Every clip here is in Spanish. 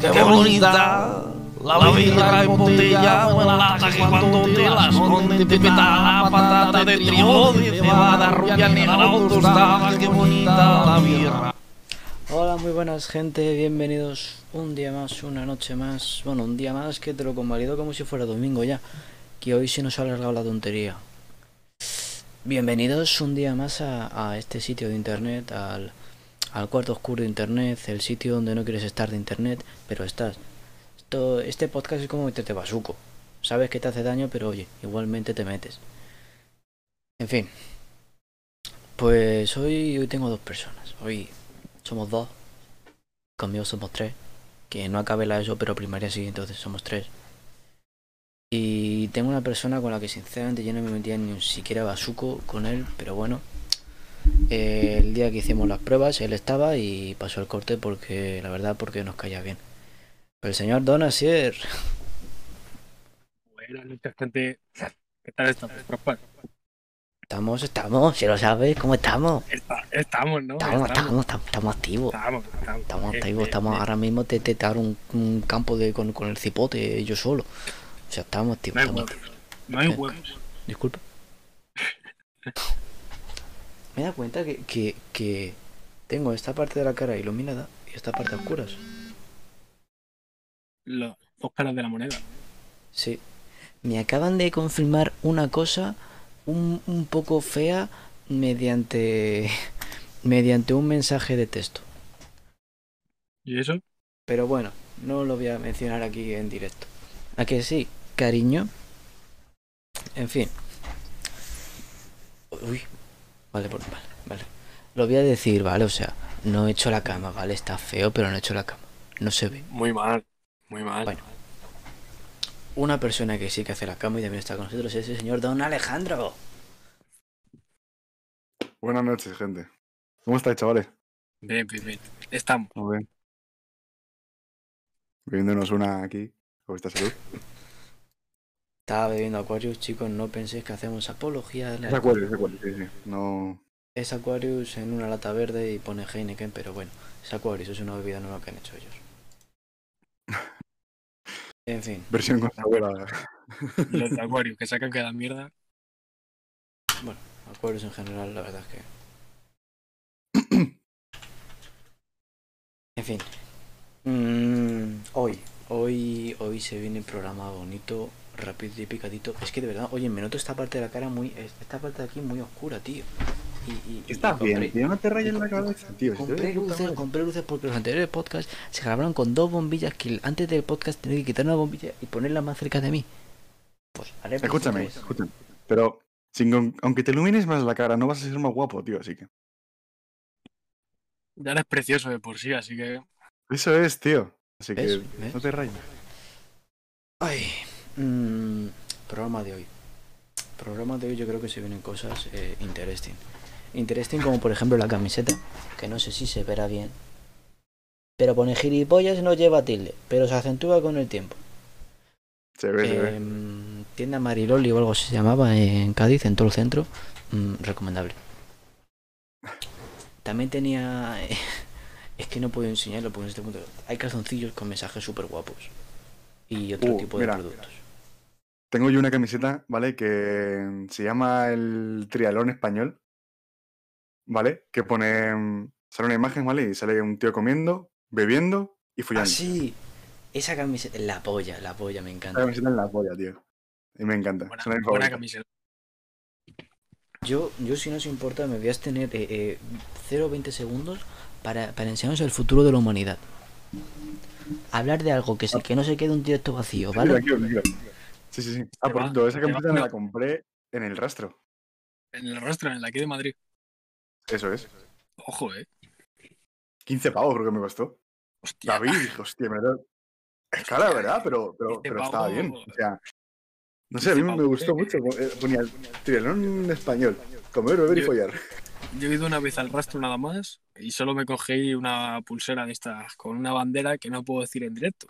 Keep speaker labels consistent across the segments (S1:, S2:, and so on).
S1: Qué, Qué bonita. La vida la botella o la lata que cuando te la esconden te peta la patata de trigo de cebada rubia ni la tostada. Qué bonita la birra.
S2: Hola, muy buenas gente, bienvenidos un día más, una noche más, bueno, un día más que te lo convalido como si fuera domingo ya, que hoy se nos ha alargado la tontería. Bienvenidos un día más a, a este sitio de internet, al, al cuarto oscuro de internet, el sitio donde no quieres estar de internet, pero estás. Esto, este podcast es como meterte basuco, sabes que te hace daño, pero oye, igualmente te metes. En fin, pues hoy, hoy tengo dos personas, hoy somos dos. Conmigo somos tres. Que no acabe la ESO, pero primaria sí, entonces somos tres. Y tengo una persona con la que sinceramente yo no me metía ni siquiera basuco con él, pero bueno. Eh, el día que hicimos las pruebas, él estaba y pasó el corte porque, la verdad, porque nos caía bien. Pero el señor Donasier.
S3: Buenas noches, gente. ¿Qué tal estamos,
S2: Estamos, estamos, si lo sabes, ¿cómo estamos?
S3: Está- estamos, ¿no?
S2: Estamos, estamos, estamos, estamos activos.
S3: Estamos, estamos.
S2: Estamos
S3: Eh,
S2: activos,
S3: eh,
S2: estamos
S3: eh,
S2: ahora mismo te, te, te abro un, un campo de con, con el cipote yo solo. O sea, estamos activos.
S3: No hay
S2: Estamos
S3: huevos.
S2: activos.
S3: No hay huevos.
S2: Disculpa. Me da cuenta que, que, que tengo esta parte de la cara iluminada y esta parte a oscuras.
S3: Los dos caras de la moneda.
S2: Sí. Me acaban de confirmar una cosa un, un poco fea mediante mediante un mensaje de texto.
S3: ¿Y eso?
S2: Pero bueno, no lo voy a mencionar aquí en directo. ¿A que sí? Cariño. En fin. Uy. Vale, por- vale, vale. Lo voy a decir, ¿vale? O sea, no he hecho la cama, ¿vale? Está feo, pero no he hecho la cama. No se ve.
S3: Muy mal. Muy mal.
S2: Bueno. Una persona que sí que hace la cama y también está con nosotros es el señor Don Alejandro.
S4: Buenas noches, gente. ¿Cómo estáis, chavales?
S3: Bien, bien, bien. Estamos.
S4: Muy bien. Bebiéndonos una aquí, con vuestra salud.
S2: Estaba bebiendo Aquarius, chicos, no penséis que hacemos apología. del
S4: Es acuerdo, es acuerdo, sí, sí. No.
S2: Es Aquarius en una lata verde y pone Heineken, pero bueno, es Aquarius, es una bebida nueva que han hecho ellos. En fin,
S4: Versión con la abuela.
S3: Los de Acuario que sacan cada mierda.
S2: Aquarius en general, la verdad es que. En fin. Mm, hoy, hoy, hoy se viene el programa bonito, rápido y picadito. Es que de verdad, oye, me noto esta parte de la cara muy. Esta parte de aquí muy oscura, tío. Y, y, y compré-
S4: tío. No te rayes
S2: la
S4: cabeza, tío.
S2: Compré luces, compré luces porque los anteriores podcasts se grabaron con dos bombillas que antes del podcast tenía que quitar una bombilla y ponerla más cerca de mí. Pues haré por
S4: Escúchame,
S2: tres.
S4: escúchame. Pero, sin con- aunque te ilumines más la cara, no vas a ser más guapo, tío, así que.
S3: Ya eres precioso de por sí, así que.
S4: Eso es, tío. Así que.
S2: ¿Ves? ¿Ves?
S4: No te rayes.
S2: Ay, mm, programa de hoy. Programa de hoy yo creo que se vienen cosas eh, interesting. Interesting como por ejemplo la camiseta, que no sé si se verá bien. Pero pone gilipollas no lleva tilde, pero se acentúa con el tiempo.
S4: Se ve, se ve.
S2: Em, tienda Mariloli o algo así se llamaba en Cádiz, en todo el centro. Mm, recomendable. También tenía. Es que no puedo enseñarlo porque en este punto. Hay calzoncillos con mensajes súper guapos. Y otro
S4: Uh,
S2: tipo de
S4: mira,
S2: productos.
S4: Tengo yo una camiseta, ¿vale? Que se llama el trialón español, ¿vale? Que pone. mm, Sale una imagen, ¿vale? Y sale un tío comiendo, bebiendo y follando.
S2: Ah, sí. Esa camiseta. La polla, la polla, me encanta.
S4: Esa camiseta en la polla, tío. Y me encanta.
S3: Buena,
S4: es una de mis
S3: buena
S4: favoritas.
S3: camiseta.
S2: Yo, yo si no os importa, me voy a eh, tener 0,20 segundos para, para enseñaros el futuro de la humanidad. Hablar de algo que, se, que no se quede un directo vacío,
S4: Sí,
S2: ¿vale?
S4: tranquilo, tranquilo. Sí, sí, sí. Ah,
S3: Te
S4: por
S3: va,
S4: cierto, esa
S3: te va,
S4: camiseta me
S3: no.
S4: la compré en el rastro.
S3: En el rostro, en la aquí de Madrid.
S4: Eso es.
S3: Ojo, eh.
S4: 15 pavos creo que me costó.
S3: Hostia.
S4: David, dije, hostia, me da- Es este cara, ¿verdad? Pero, pero,
S3: 15
S4: pero estaba bien.
S3: pavos.
S4: O sea, no sé, a mí
S3: 15
S4: me gustó
S3: pavos,
S4: mucho. Eh, Ponía trialón español. Comer, beber y
S3: Yo-
S4: follar.
S3: Yo he ido una vez al rastro nada más y solo me cogí una pulsera de estas con una bandera que no puedo decir en directo.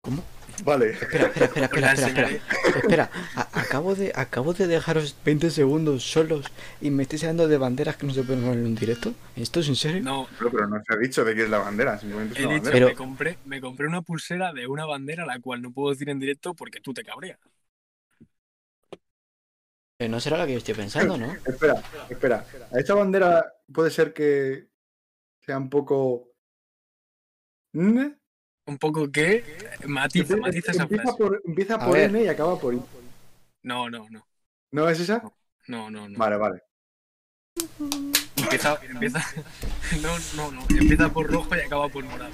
S2: ¿Cómo?
S4: Vale.
S2: Espera, espera, espera, espera,
S3: Os la
S2: espera, espera. Espera, a- acabo, de, acabo de dejaros 20 segundos solos y me estáis hablando de banderas que no se pueden poner en un directo. ¿Esto es en serio?
S3: No,
S4: Pero, pero no se ha dicho de qué es la bandera, simplemente es
S3: he
S4: una
S3: dicho,
S4: bandera.
S2: Pero-
S3: me, compré, me compré una pulsera de una bandera, la cual no puedo decir en directo porque tú te cabreas.
S2: Eh, no será la que yo estoy pensando, ¿no?
S4: Espera, espera. A esta bandera puede ser que sea un poco. N,
S3: Un poco que matiza,
S4: empieza-
S3: matiza esa
S4: empieza
S3: frase.
S4: por, empieza
S2: A
S4: por
S2: ver.
S4: N y acaba por I.
S3: No, no, no.
S4: ¿No es esa?
S3: No, no, no.
S4: Vale, vale.
S3: Empieza, empieza. No, no, no. Empieza por rojo y acaba por morado.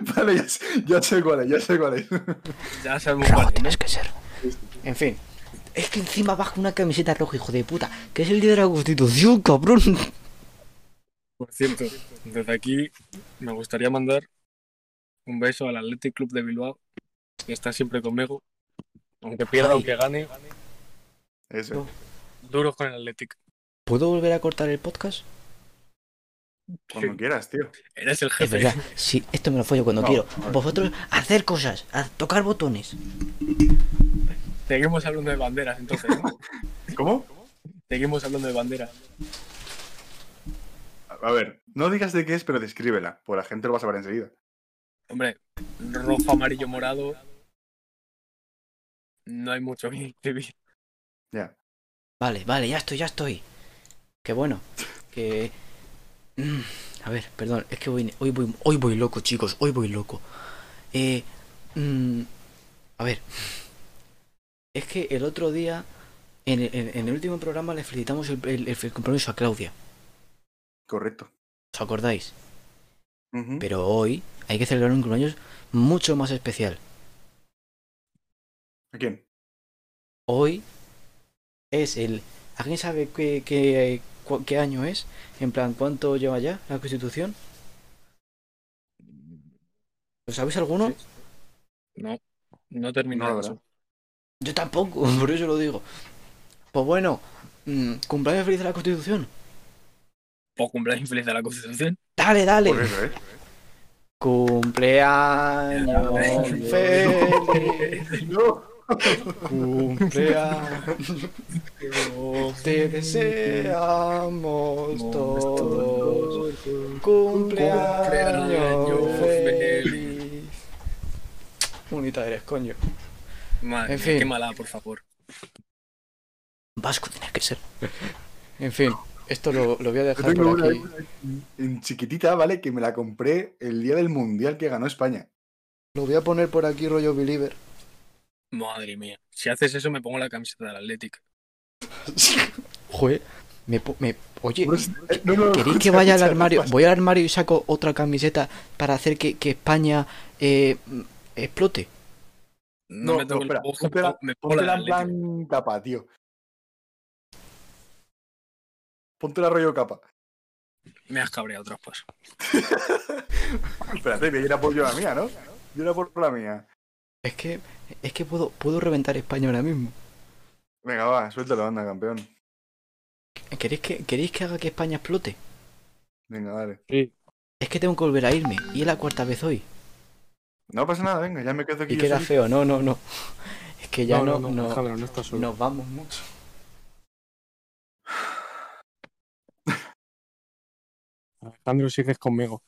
S4: Vale, ya, sé- ya sé cuál es, ya sé cuál es.
S3: Ya sabemos
S2: Rojo
S3: cuál es, ¿no?
S2: tienes que ser. En fin. Es que encima bajo una camiseta roja, hijo de puta. Que es el día de la constitución, cabrón.
S3: Por cierto, desde aquí me gustaría mandar un beso al Athletic Club de Bilbao, que está siempre conmigo. Aunque pierda,
S2: Ay.
S3: aunque gane,
S4: Ese.
S2: No.
S3: duros con el Athletic.
S2: ¿Puedo volver a cortar el podcast?
S4: Cuando quieras, tío.
S3: Eres el
S2: Es
S3: jefe.
S2: verdad. Sí, esto me lo follo cuando
S4: No,
S2: quiero.
S4: no.
S2: Vosotros, hacer cosas, a tocar botones.
S3: Seguimos hablando de banderas, entonces, ¿no?
S4: ¿Cómo?
S3: Seguimos hablando de banderas.
S4: A ver, no digas de qué es, pero descríbela, pues la gente lo va a saber enseguida.
S3: Hombre, rojo, amarillo, morado. No hay mucho que escribir.
S4: Ya.
S2: Vale, vale, ya estoy, ya estoy. Qué bueno. Que. Mm, A ver, perdón, es que voy- hoy, voy, hoy voy loco, chicos, hoy voy loco. Eh, mm, a ver. Es que el otro día, en el, en- en el último programa, le felicitamos el, el- el compromiso a Claudia.
S4: Correcto.
S2: ¿Os acordáis?
S4: Ujú.
S2: Pero hoy hay que celebrar un cumpleaños mucho más especial.
S4: ¿A quién?
S2: Hoy es el. ¿Alguien sabe qué, qué, cu- qué año es? En plan, ¿cuánto lleva ya la Constitución? ¿Lo sabéis alguno?
S3: No, no termina
S4: No, la
S3: eso.
S2: Yo tampoco, por eso lo digo. Pues bueno, mm, cumpleaños feliz de la Constitución.
S3: Pues cumpleaños feliz de la Constitución.
S2: Dale, dale.
S4: Por eso, ¿eh?
S2: Cumpleaños feliz.
S4: No.
S2: Cumpleaños. Te deseamos todos. Cumpleaños
S3: Cumpleaños
S2: feliz. Bonita eres, coño.
S3: Madre
S2: En
S3: mía,
S2: fin.
S3: qué mala, por favor.
S2: Vasco tienes que ser. En fin, esto lo, lo voy a
S4: Yo
S2: dejar
S4: tengo
S2: por
S4: una
S2: aquí.
S4: en chiquitita, ¿vale? Que me la compré el día del mundial que ganó España.
S2: Lo voy a poner por aquí rollo believer.
S3: Madre mía. Si haces eso, me pongo la camiseta del Athletic.
S2: Joder, me, po- me- oye,
S4: Por eso- eh, no, no, no,
S2: ¿queréis que
S4: escucha,
S2: vaya al
S4: escucha,
S2: armario?
S4: escucha.
S2: Voy al armario y saco otra camiseta para hacer que, que España eh, mm, explote.
S3: No,
S4: No,
S3: me toco
S4: no, espera,
S3: el ojo,
S4: espera,
S3: me pongo la
S4: Ponte
S3: del
S4: la
S3: Athletic.
S4: plan capa, tío. Ponte la rollo capa.
S3: Me has cabreado, traspaso.
S4: Espérate, voy a ir a por yo la mía, ¿no? Yo era por la mía.
S2: Es que, es que puedo, puedo reventar España ahora mismo.
S4: Venga, va, suéltalo, anda, campeón.
S2: ¿Queréis que, ¿Queréis que haga que España explote?
S4: Venga, dale.
S2: Es que tengo que volver a irme, y es la cuarta vez hoy.
S4: No pasa nada, venga, ya me quedo aquí.
S2: Y
S4: yo
S2: queda
S4: solito.
S2: feo, no, no, no. Es que ya no, no-
S5: Alejandro, no estás solo.
S2: nos vamos mucho.
S5: Alejandro, sigues conmigo.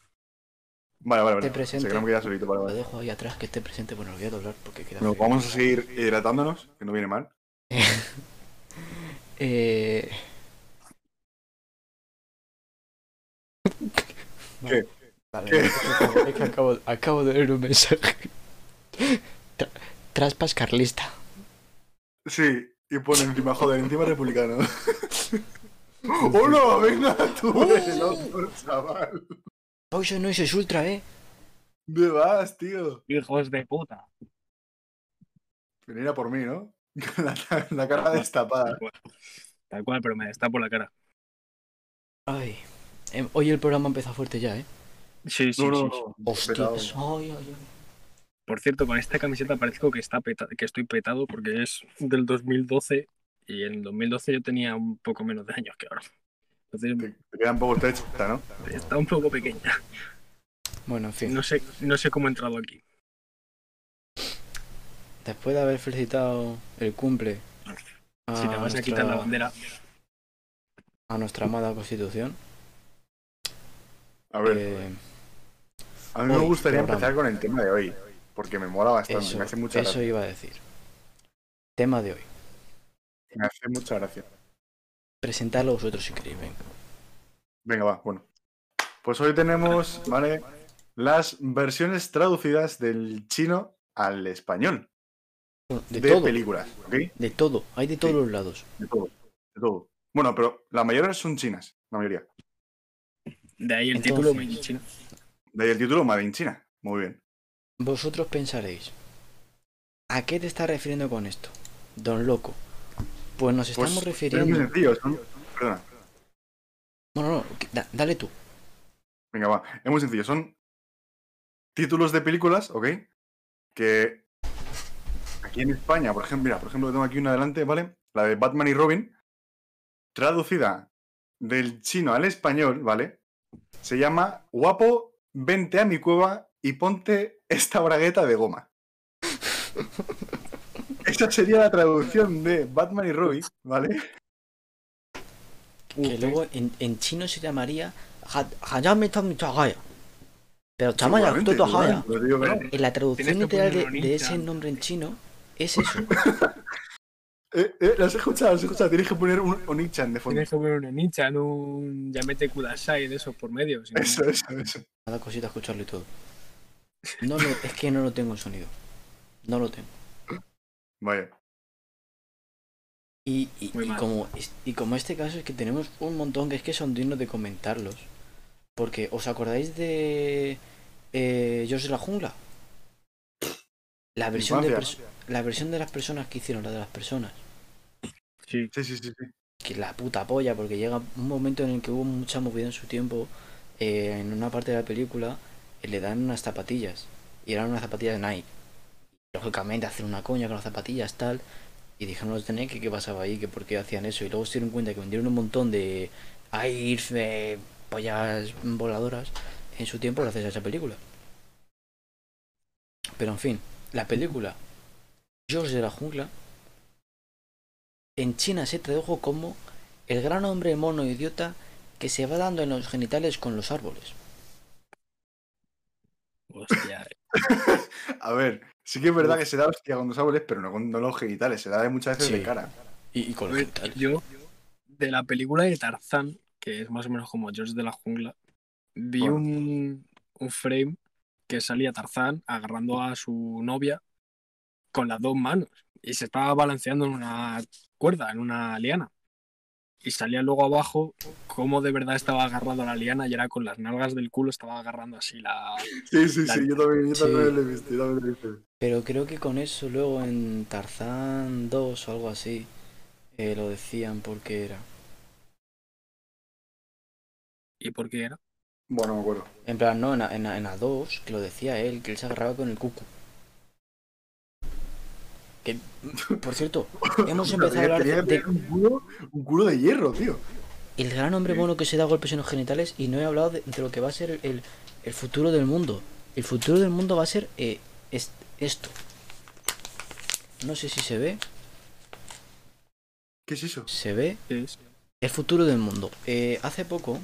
S4: Vale, vale, vale.
S2: Te presente.
S4: Se creo que queda solito, vale,
S2: Lo
S4: vale.
S2: dejo ahí atrás que esté presente, bueno, lo voy a doblar porque queda
S4: Bueno,
S2: feo.
S4: vamos a seguir hidratándonos, que no viene mal.
S2: Eh...
S4: ¿Qué?
S2: Vale,
S4: ¿Qué?
S2: es que acabo- es que acabo, acabo de leer un mensaje. Tra- Traspas carlista.
S4: Sí, y pone encima, joder, encima republicano. ¡Hola! ¡Oh, Venga, tú eres el otro, chaval.
S2: Poison Noise es ultra, eh.
S4: ¿Dónde vas, tío?
S3: Hijos de puta.
S4: Venir a por mí, ¿no? La, la cara destapada.
S3: Tal cual. Tal cual, pero me destapo la cara.
S2: Ay. em, Hoy el programa empieza fuerte ya, eh.
S3: Sí, sí,
S4: No,
S3: sí, sí.
S4: no, no.
S2: Hostia.
S4: Petado.
S2: Ay, ay, ay.
S3: Por cierto, con esta camiseta parezco que, está peta- que estoy petado porque es del 2012 y en 2012 yo tenía un poco menos de años que ahora. Entonces
S4: Te, te queda un poco estrecha, ¿no?
S3: está un poco pequeña.
S2: Bueno, en fin.
S3: No sé, no sé cómo he entrado aquí.
S2: Después de haber felicitado el cumple a,
S3: Si te vas a
S2: nuestra,
S3: quitar la bandera.
S2: a nuestra amada constitución,
S4: A ver,
S2: eh,
S4: a mí me
S2: hoy,
S4: gustaría
S2: programa.
S4: empezar con el tema de hoy, porque me mola bastante,
S2: eso,
S4: me hace mucha
S2: eso
S4: gracia.
S2: iba a decir. Tema de hoy.
S4: Me hace mucha gracia.
S2: Presentadlo vosotros si queréis. venga.
S4: Venga, va, bueno. Pues hoy tenemos, ¿vale? Las versiones traducidas del chino al español
S2: Bueno, de,
S4: de,
S2: todo,
S4: películas, ¿ok?
S2: de todo. Hay de todos los lados.
S4: De todo, de todo. Bueno, pero la mayoría son chinas, la mayoría.
S3: De ahí el
S2: Entonces.
S3: título Made in China.
S4: De ahí el título Made in China. Muy bien.
S2: Vosotros pensaréis, ¿a qué te estás refiriendo con esto, don loco? Pues nos estamos
S4: Pues, Es muy
S2: refiriendo.
S4: sencillo, son- perdona.
S2: Bueno, no, que- da- dale tú.
S4: Venga, va. Es muy sencillo. Son títulos de películas, ¿ok? Que aquí en España, por ejemplo, mira, por ejemplo, tengo aquí una adelante, ¿vale? La de Batman y Robin, traducida del chino al español, ¿vale? Se llama Guapo, vente a mi cueva y ponte esta bragueta de goma. Esa sería la traducción de Batman y Robin, ¿vale?
S2: Que luego en, en chino se llamaría "Ha- Hayame Tam Chagaya. Pero Chamaya,
S4: Seguramente,
S2: Toto Haya.
S4: seguramente, lo digo ¿eh? que no.
S2: En la traducción
S3: Tienes que
S2: literal de,
S3: ponerlo en
S2: de ese
S3: Instagram.
S2: nombre en chino es eso.
S4: Eh, eh, las he escuchado, las he escuchado. Tienes que poner un Onichan de fondo.
S3: Tienes que poner una ninja, no un Yamete Kudasai de esos por medio. si no-
S4: Eso, eso, eso.
S2: Me da cosita escucharlo y todo. No, lo- es que no lo tengo el sonido. No lo tengo.
S4: Vaya.
S2: Y, y,
S3: Muy
S2: y
S3: mal.
S2: como, es- y como este caso es que tenemos un montón que es que son dignos de comentarlos. Porque, ¿os acordáis de eh, George de la Jungla? La versión, de
S4: Infancia.
S2: perso- la versión de las personas que hicieron, la de las personas.
S3: Sí.
S4: Sí, sí, sí, sí.
S2: que la puta polla, porque llega un momento en el que hubo mucha movida en su tiempo, eh, en una parte de la película, eh, le dan unas zapatillas, y eran unas zapatillas de Nike. Lógicamente hacen una coña con las zapatillas, tal, y dijeron los de Nike qué pasaba ahí, que por qué hacían eso, y luego se dieron cuenta que vendieron un montón de air, eh, pollas voladoras en su tiempo gracias a esa película. Pero en fin, la película George de la Jungla en China se tradujo como el gran hombre mono idiota que se va dando en los genitales con los árboles.
S3: Hostia,
S4: A ver, sí que es verdad que se da hostia con los árboles, pero no con los genitales, se da de muchas veces
S2: Sí.
S4: de cara.
S2: Y, y con los genitales.
S3: Yo, de la película de Tarzán, que es más o menos como George de la jungla, vi
S4: Bueno.
S3: un, un frame que salía Tarzán agarrando a su novia con las dos manos y se estaba balanceando en una cuerda, en una liana. Y salía luego abajo cómo de verdad estaba agarrado a la liana y era con las nalgas del culo, estaba agarrando así la...
S4: Sí, sí,
S3: Claro.
S4: sí, yo también, yo
S2: Sí.
S4: también lo he visto, yo también lo he visto.
S2: Pero creo que con eso luego en Tarzán 2 o algo así eh, lo decían porque era.
S3: ¿Y por qué era?
S4: Bueno, me acuerdo.
S2: En plan, no, en la, en la- en la 2 que lo decía él, que él se agarraba con el cucu. Que, por cierto, hemos empezado a
S4: Tenía-
S2: hablar
S4: tenía
S2: de,
S4: que tener un culo, un culo de hierro, tío.
S2: El gran hombre
S4: Sí.
S2: mono que se da golpes en los genitales y no he hablado de, de lo que va a ser el, el futuro del mundo. El futuro del mundo va a ser eh, es- esto. No sé si se ve.
S4: ¿Qué es eso?
S2: Se ve
S3: ¿Qué es?
S2: el futuro del mundo. Eh, hace poco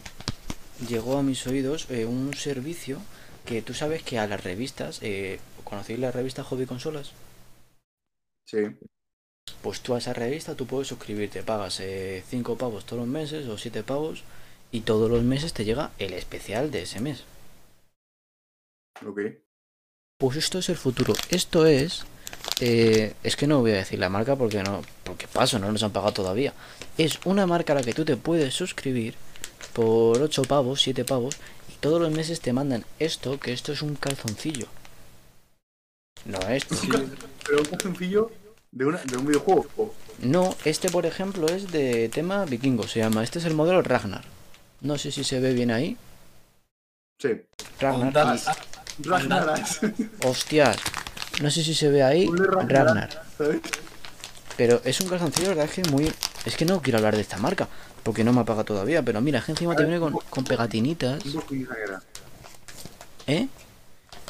S2: llegó a mis oídos eh, un servicio que tú sabes que a las revistas, eh, ¿conocéis la revista Hobby Consolas?
S4: Sí.
S2: pues tú a esa revista tú puedes suscribirte, pagas 5 pavos todos los meses o 7 pavos y todos los meses te llega el especial de ese mes.
S4: Ok.
S2: Pues esto es el futuro. Esto es. eh, es que no voy a decir la marca porque no. Porque paso, no nos han pagado todavía. Es una marca a la que tú te puedes suscribir por 8 pavos, 7 pavos. Y todos los meses te mandan esto, que esto es un calzoncillo. No, esto.
S3: Sí,
S4: Pero un calzoncillo de, una, de un videojuego. Oh,
S2: No, este por ejemplo es de tema vikingo, se llama. Este es el modelo Ragnar. No sé si se ve bien ahí.
S4: Sí.
S2: Ragnar.
S3: Onda-
S4: Ragnaras.
S2: y- hostias. No sé si se ve ahí.
S4: Ponle Ragnar.
S2: Ragnar.
S4: ¿Sabes?
S2: Pero es un calzoncillo, la verdad es que muy. Es que no quiero hablar de esta marca, porque no me apaga todavía. Pero mira, es que encima te viene con, con pegatinitas.
S4: Un poco de negra.
S2: ¿Eh?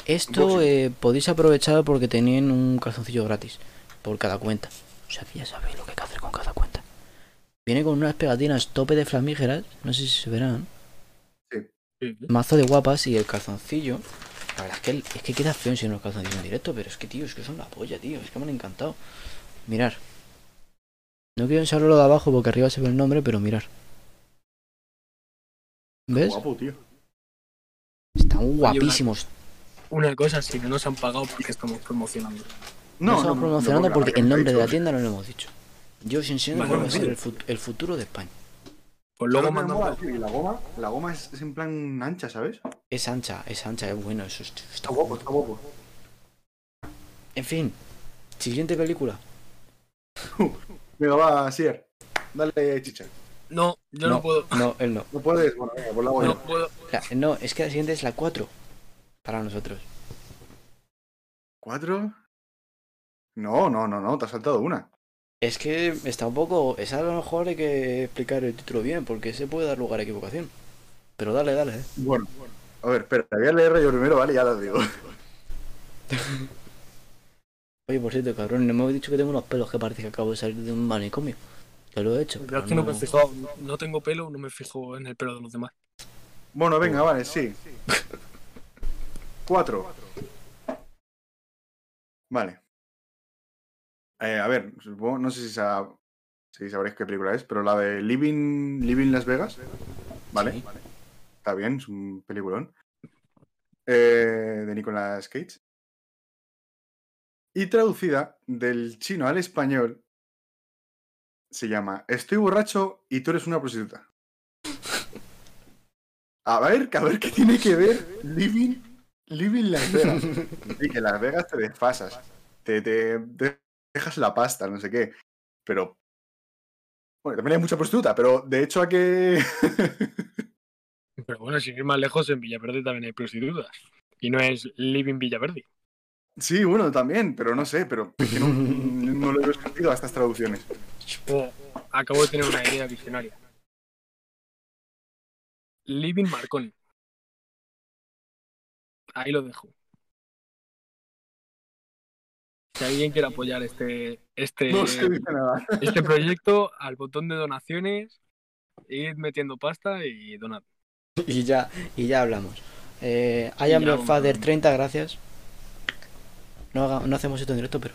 S2: Esto
S4: Buffy.
S2: eh, podéis aprovechar porque tenían un calzoncillo gratis por cada cuenta. O sea que ya sabéis lo que hay que hacer con cada cuenta. Viene con unas pegatinas tope de flamígeras, no sé si se verán. Mazo de guapas y el calzoncillo. La verdad es que, el- es que queda feo sin los calzoncillos en directo, pero es que, tío, es que son la polla, tío. Es que me han encantado. Mirar. No quiero enseñarlo lo de abajo porque arriba se ve el nombre, pero mirar. ¿Ves?
S4: Guapo, tío.
S2: Están guapísimos.
S3: Una cosa, si no nos han pagado porque estamos promocionando.
S2: No, estamos
S4: no,
S2: promocionando
S4: no,
S2: porque
S4: claro,
S2: el
S4: lo he
S2: nombre de la
S4: dicho.
S2: tienda no lo hemos dicho. Yo os enseño
S3: Vale,
S2: cuál va a
S3: vale.
S2: ser el, fut- el futuro de España.
S3: Pues
S4: Solo
S3: luego
S4: que me mola,
S3: mandamos.
S4: tío, y la goma, la goma es, es en plan ancha, ¿sabes?
S2: Es ancha, es ancha, es bueno, eso es- está
S4: Está guapo, está guapo.
S2: En fin, siguiente película.
S4: Venga, va, Sier. Dale chicha.
S3: No, yo no, puedo.
S2: No, él no.
S4: No puedes, bueno, venga, por la voy yo.
S3: No puedo.
S2: La- no, es que la siguiente es la 4. Para nosotros.
S4: ¿Cuatro? No, no, no, no, te has saltado una.
S2: Es que está un poco. Esa a lo mejor hay que explicar el título bien, porque se puede dar lugar a equivocación. Pero dale, dale. eh.
S4: Bueno, a ver, espera, te voy a leer yo primero, ¿vale? Ya lo digo.
S2: Oye, por cierto, cabrón, no me habéis dicho que tengo unos pelos que parece que acabo de salir de un manicomio. Que lo he hecho.
S3: Yo
S2: pero
S3: es que no me he
S2: no-
S3: fijado. No tengo pelo, no me fijo en el pelo de los demás.
S4: Bueno, venga, vale, sí. Cuatro. Vale. Eh, a ver, supongo- no sé si, sab- si sabréis qué película es, pero la de Living, Living Las Vegas, ¿vale?
S2: Sí.
S4: Está bien, es un peliculón. Eh, de Nicolas Cage. Y traducida del chino al español se llama Estoy borracho y tú eres una prostituta. A ver, a ver qué tiene que ver Living, living Las Vegas. Sí, que en Las Vegas te desfasas, te, te- te dejas la pasta, no sé qué. Pero. Bueno, también hay mucha prostituta, pero de hecho a que.
S3: Pero bueno, sin ir más lejos, en Villaverde también hay prostitutas. Y no es Living Villaverde.
S4: Sí, bueno, también, pero no sé, pero es que no, no le veo sentido a estas traducciones.
S3: Oh, acabo de tener una idea visionaria. Living Marconi. Ahí lo dejo. Si alguien quiere apoyar este,
S2: Eh,
S3: este,
S4: No se dice nada.
S3: este proyecto, al botón de donaciones, id metiendo pasta y donad.
S2: Y ya, y ya hablamos. Eh, I
S3: Y
S2: am
S3: ya
S2: your
S3: hablamos.
S2: father 30, gracias. No, haga- no hacemos esto en directo, pero.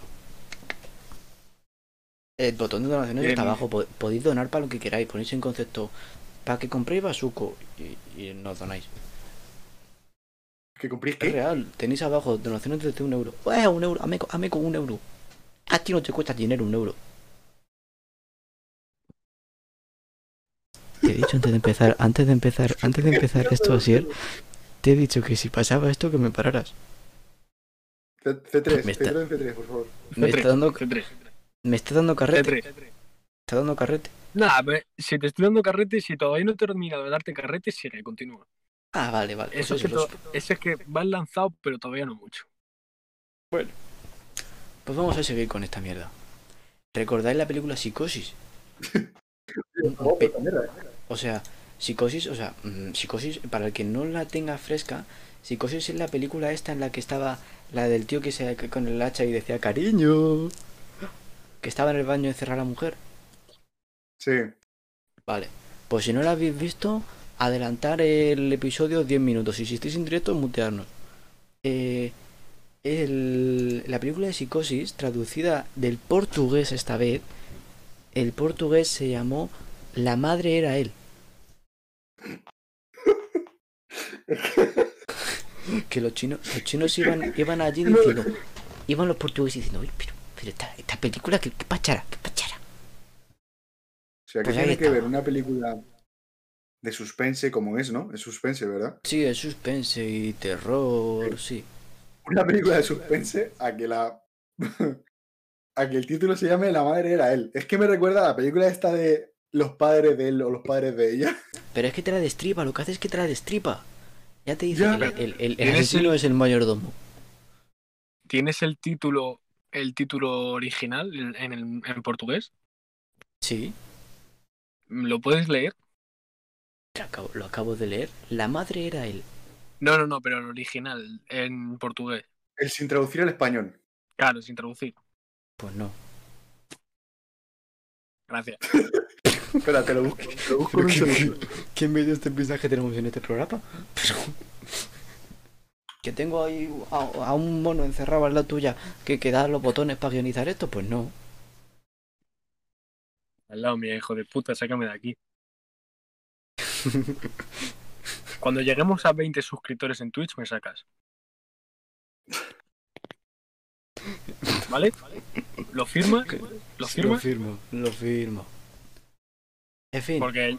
S2: El botón de donaciones
S3: Bien.
S2: está abajo. po- podéis donar para lo que queráis. Ponéis en concepto para que compréis basuco y, y nos donáis.
S4: ¿Que cumplís
S2: Es
S4: qué?
S2: real. Tenéis abajo donaciones desde un euro. ¡Eh, un euro! Ame, co- ame con un euro. A ti no te cuesta dinero un euro. Te he dicho antes de empezar, antes de empezar, antes de empezar esto así, te he dicho que si pasaba esto que me pararas.
S4: C- C3,
S2: Me está-
S4: C3, C3, por favor.
S2: Me
S3: C3,
S2: está dando,
S3: C3,
S2: me está dando carrete. Me
S3: C3.
S2: está dando carrete.
S3: Nada, ve, si te estoy dando carrete, si todavía no te he terminado de darte carrete, sigue, continúa.
S2: Ah, vale, vale. pues
S3: Eso es, que
S2: pues-
S3: to- eso es que van lanzado, pero todavía no mucho.
S2: pues vamos a seguir con esta mierda. ¿Recordáis la película Psicosis? Un-
S4: Oh,
S2: un pe- o sea, Psicosis, o sea, mm, Psicosis, para el que no la tenga fresca, Psicosis es la película esta en la que estaba la del tío que se que con el hacha y decía cariño. Que estaba en el baño encerrada la mujer.
S4: Sí,
S2: Vale, pues si no la habéis visto, adelantar el episodio 10 minutos. Y si estáis en directo, mutearnos. Eh, el- la película de Psicosis, traducida del portugués esta vez, el portugués se llamó La madre era él. que los chinos, los chinos iban, iban allí diciendo, iban los portugueses diciendo, "Uy, pero, pero esta, esta película, que pachara, qué pachara.
S4: o sea, que
S2: Pues ahí
S4: tiene que
S2: está.
S4: ver una película de suspense como es, ¿no? Es suspense, ¿verdad?
S2: Sí, es suspense y terror, sí.
S4: Una película de suspense a que la. a que el título se llame La madre era él. Es que me recuerda a la película esta de los padres de él o los padres de ella.
S2: Pero es que te la destripa, lo que hace es que te la destripa. Ya te dice
S4: Ya,
S2: que el, el- el- el
S3: pero
S2: asesino es el mayordomo.
S3: ¿Tienes el título, el título original en, en el- en portugués?
S2: Sí,
S3: ¿Lo puedes leer?
S2: lo acabo, lo acabo de leer. La madre era él.
S3: No, no, no, pero el original, en portugués.
S4: El sin traducir al español.
S3: Claro, sin traducir.
S2: Pues no.
S3: Gracias.
S4: Espera, te lo busco. te lo busco en un segundo.
S2: ¿Qué medio te piensas que tenemos en este programa? Pero... Que tengo ahí a, a un mono encerrado al lado tuya que, que da los botones para guionizar esto, pues no.
S3: Al lado mío, hijo de puta, sácame de aquí. Cuando lleguemos a 20 suscriptores en Twitch, me sacas. ¿Vale? ¿Lo firmas? ¿Lo
S2: Lo
S3: firmas?
S2: firmo, lo firmo. En fin,
S3: Porque,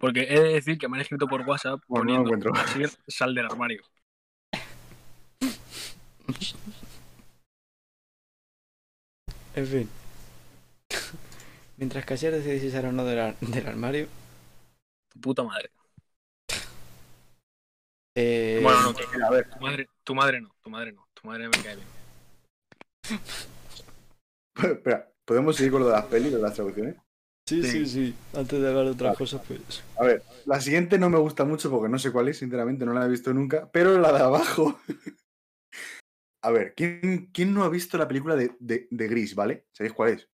S3: porque he de decir que me han escrito por WhatsApp
S4: Bueno, Pues no lo
S3: poniendo
S4: encuentro.
S3: así sal del armario.
S2: en fin. Mientras que ayer decidís usar o no del, ar- del armario.
S3: Tu puta madre.
S2: eh,
S3: Bueno, no, tu,
S4: Mira, a ver,
S3: tu madre, tu madre no, tu madre no, tu madre me cae bien.
S4: espera, ¿podemos seguir con lo de las pelis, lo de las traducciones?
S2: sí,
S3: sí.
S2: sí, sí. Antes de hablar de otras
S4: Vale.
S2: cosas, pues.
S4: A ver, la siguiente no me gusta mucho porque no sé cuál es, sinceramente, no la he visto nunca, pero la de abajo. A ver, ¿quién, quién no ha visto la película de, de- de Gris, ¿vale? ¿Sabéis cuál es?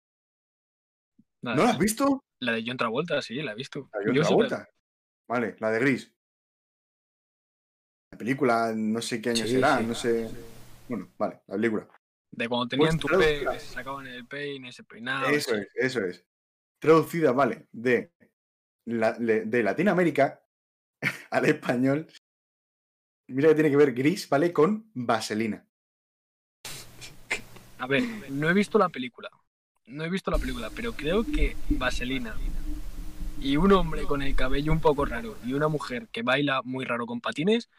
S3: Nada,
S4: ¿No la has visto?
S3: La de John Travolta, sí, la he visto.
S4: La de John
S3: Yo siempre-
S4: Travolta. Vale, la de Gris. La película, no sé qué año
S2: Sí,
S4: será,
S2: sí.
S4: no sé. Bueno, vale, la película.
S3: De cuando tenían
S4: Pues
S3: tu
S4: traducida.
S3: pe, que se sacaban el peine, se peinaban.
S4: eso
S3: sí.
S4: es, eso es. Traducida, vale, de, la- le- de Latinoamérica al español. Mira que tiene que ver Gris, ¿vale? Con Vaselina.
S3: A ver, no he visto la película. No he visto la película, pero creo que Vaselina y un hombre con el cabello un poco raro y una mujer que baila muy raro con patines,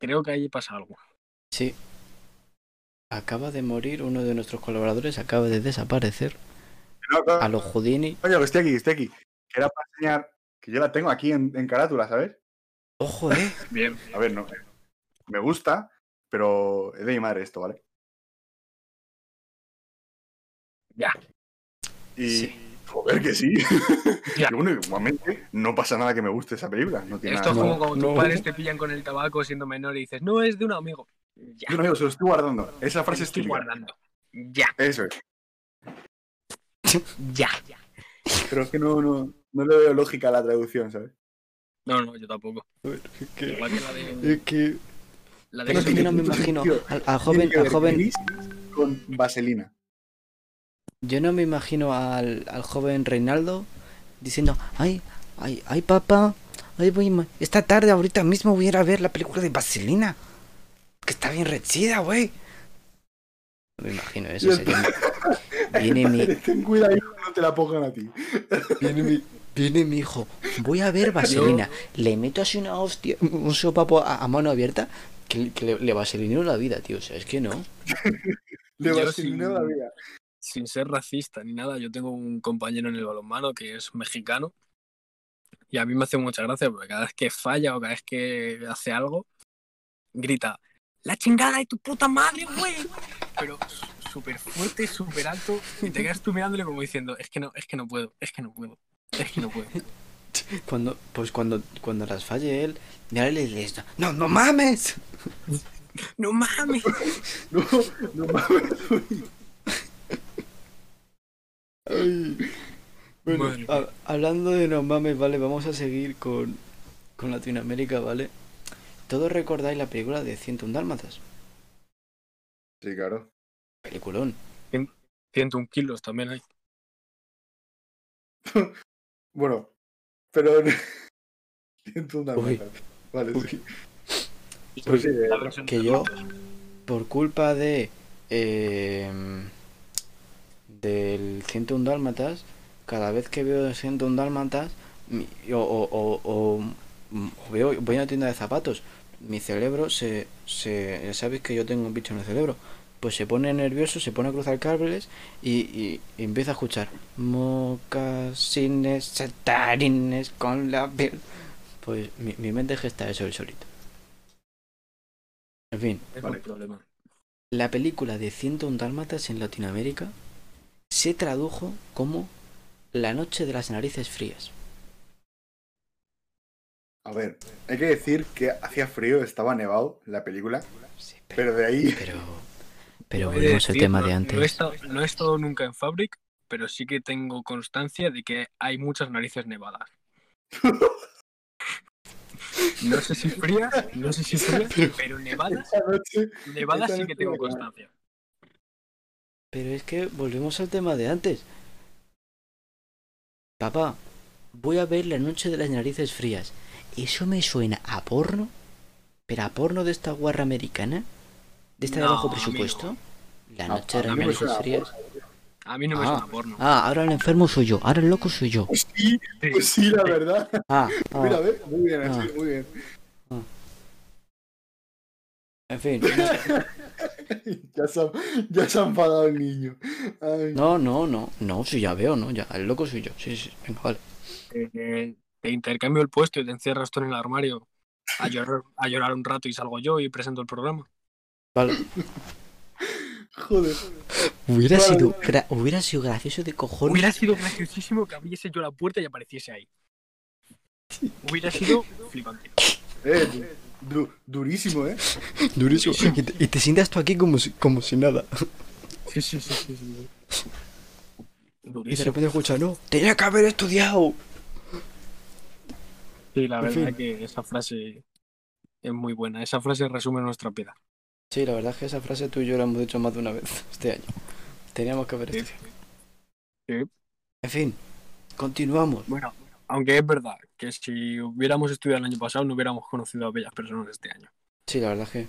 S3: creo que ahí pasa algo.
S2: Sí. Acaba de morir uno de nuestros colaboradores, acaba de desaparecer.
S4: No, no,
S2: A los Houdini.
S4: Coño, que estoy aquí, que estoy aquí. Que era para enseñar que yo la tengo aquí en, en carátula, ¿sabes?
S2: ¡Ojo, eh!
S3: Bien,
S4: A ver, no. Me gusta, pero es de mi madre esto, ¿vale?
S3: Ya.
S4: Y.
S2: Sí.
S4: Joder, que sí.
S3: Ya.
S4: Y bueno, igualmente, no pasa nada que me guste esa película. No tiene
S3: esto es
S4: nada.
S3: como
S4: malo.
S3: cuando tus
S5: no.
S3: padres te pillan con el tabaco siendo menor y dices, no, es de un amigo. Ya,
S4: Yo no digo, se lo estoy guardando. Esa
S3: me lo
S4: frase es
S3: estoy
S4: típica.
S3: guardando. Ya,
S4: Eso es.
S3: ya.
S4: Pero es que no, no, no le veo lógica a la traducción, ¿sabes?
S3: No, no, yo tampoco.
S5: Que-
S3: Igual que la de...
S5: Es que
S3: La de
S2: Pero es que yo no me
S4: puto
S2: imagino
S4: sentido.
S2: al, al
S4: Tiene
S2: joven,
S4: que
S2: al
S4: ver
S2: joven,
S4: gris Con vaselina.
S2: yo no me imagino al, al joven Reinaldo diciendo, ay, ay, ay papá, ay voy, ma- esta tarde ahorita mismo voy a ir a ver la película de Vaselina, que está bien rechida, güey. No me imagino eso,
S4: Y el-
S2: sería mi- viene mi,
S4: Ten cuidado, hijo, no te la pongan a ti.
S2: Viene mi, viene mi hijo. Voy a ver vaselina. Le meto así una hostia, un sopapo a, a mano abierta que, que le, le vaselineo la vida, tío. O sea, es que no.
S4: De
S3: Yo
S4: vaselina
S3: sin-
S4: la vida.
S3: sin ser racista ni nada, yo tengo un compañero en el balonmano que es mexicano y a mí me hace mucha gracia porque cada vez que falla o cada vez que hace algo, grita, la chingada de tu puta madre, güey. Pero s- súper fuerte, súper alto y te quedas tú mirándole como diciendo, es que no, es que no puedo, es que no puedo, es que no puedo.
S2: Cuando, pues cuando, cuando las falle él, ya le dices, no, no mames.
S3: No mames.
S4: No, no mames. uy.
S2: Bueno,
S3: Madre
S2: ha- hablando de no mames, vale, vamos a seguir con, con Latinoamérica, ¿vale? Todos recordáis la película de 101 Dálmatas.
S4: Sí, claro.
S2: Peliculón.
S3: 101 kilos también hay.
S4: Bueno, pero. Siento una
S2: Uy.
S4: mata. Vale, sí.
S2: Pues,
S4: sí, eh,
S3: La versión
S2: que
S3: de
S2: yo-
S3: Dálmatas.
S2: por culpa de em, del 101 dálmatas cada vez que veo 101 dálmatas mi- o, o- o- o- mm, o veo voy a una tienda de zapatos mi cerebro se, se ya sabéis que yo tengo un bicho en el cerebro pues se pone nervioso, se pone a cruzar cables y, y- y empieza a escuchar mocasines, saltarines con la piel. Pues mi, mi mente gesta eso el solito. En fin,
S3: Es
S4: Vale.
S3: un problema.
S2: la película de 101 dálmatas en Latinoamérica se tradujo como La noche de las narices frías.
S4: A ver, hay que decir que hacía frío, estaba nevado en la película,
S2: Sí, pero,
S4: pero de ahí
S2: pero, pero
S3: He de
S2: volvemos al
S3: decir,
S2: tema
S3: no-
S2: de
S3: No he,
S2: antes.
S3: estado, no he estado nunca en Fabric, pero sí que tengo constancia de que hay muchas narices nevadas. No sé si frías, no sé si frías, pero nevadas,
S4: esa noche
S3: nevadas sí
S4: esa
S3: que
S4: noche
S3: tengo
S4: nevada.
S3: constancia.
S2: Pero es que volvemos al tema de antes. Papá, voy a ver la noche de las narices frías. Eso me suena a porno, pero a porno de esta guarra americana, de esta de
S3: No,
S2: bajo
S3: amigo.
S2: presupuesto. La
S4: No,
S2: noche de
S3: a
S2: las
S3: mí me
S2: narices
S4: suena a
S2: frías.
S3: A mí no me
S2: Ah.
S3: suena porno.
S2: Ah, ahora el enfermo soy yo, ahora el loco soy yo.
S4: Pues sí, pues sí, la verdad.
S2: Ah, ah.
S4: Mira, ve, muy bien, así,
S2: Ah.
S4: muy bien.
S2: en fin.
S4: ya, se ha, ya se ha enfadado el niño. Ay,
S2: No, no, no, no, sí, ya veo, ¿no? Ya, el loco soy yo. Sí, sí, venga, vale.
S3: Eh, te intercambio el puesto y te encierras tú en el armario a llorar, a llorar un rato y salgo yo y presento el programa.
S2: Vale.
S4: joder.
S2: Hubiera
S4: Vale,
S2: sido,
S4: vale.
S2: gra- hubiera sido gracioso de cojones.
S3: Hubiera sido graciosísimo que abriese yo la puerta y apareciese ahí. Hubiera sido flipante.
S4: Eh, du- du- durísimo, ¿eh?
S2: Durísimo. Y te, y te sientas tú aquí como si, como si nada.
S3: Sí, sí, sí, sí. sí.
S2: Y de
S3: Durísimo.
S2: repente escuchas, no, tenía que haber estudiado.
S3: Sí, la verdad
S2: fin.
S3: que esa frase es muy buena. Esa frase resume nuestra vida.
S2: Sí, la verdad es que esa frase tú y yo la hemos dicho más de una vez este año. Teníamos que haber
S3: Sí.
S2: estudiado.
S3: Sí.
S2: En fin, continuamos.
S3: Bueno, aunque es verdad que si hubiéramos estudiado el año pasado no hubiéramos conocido a bellas personas este año.
S2: Sí, la verdad es que.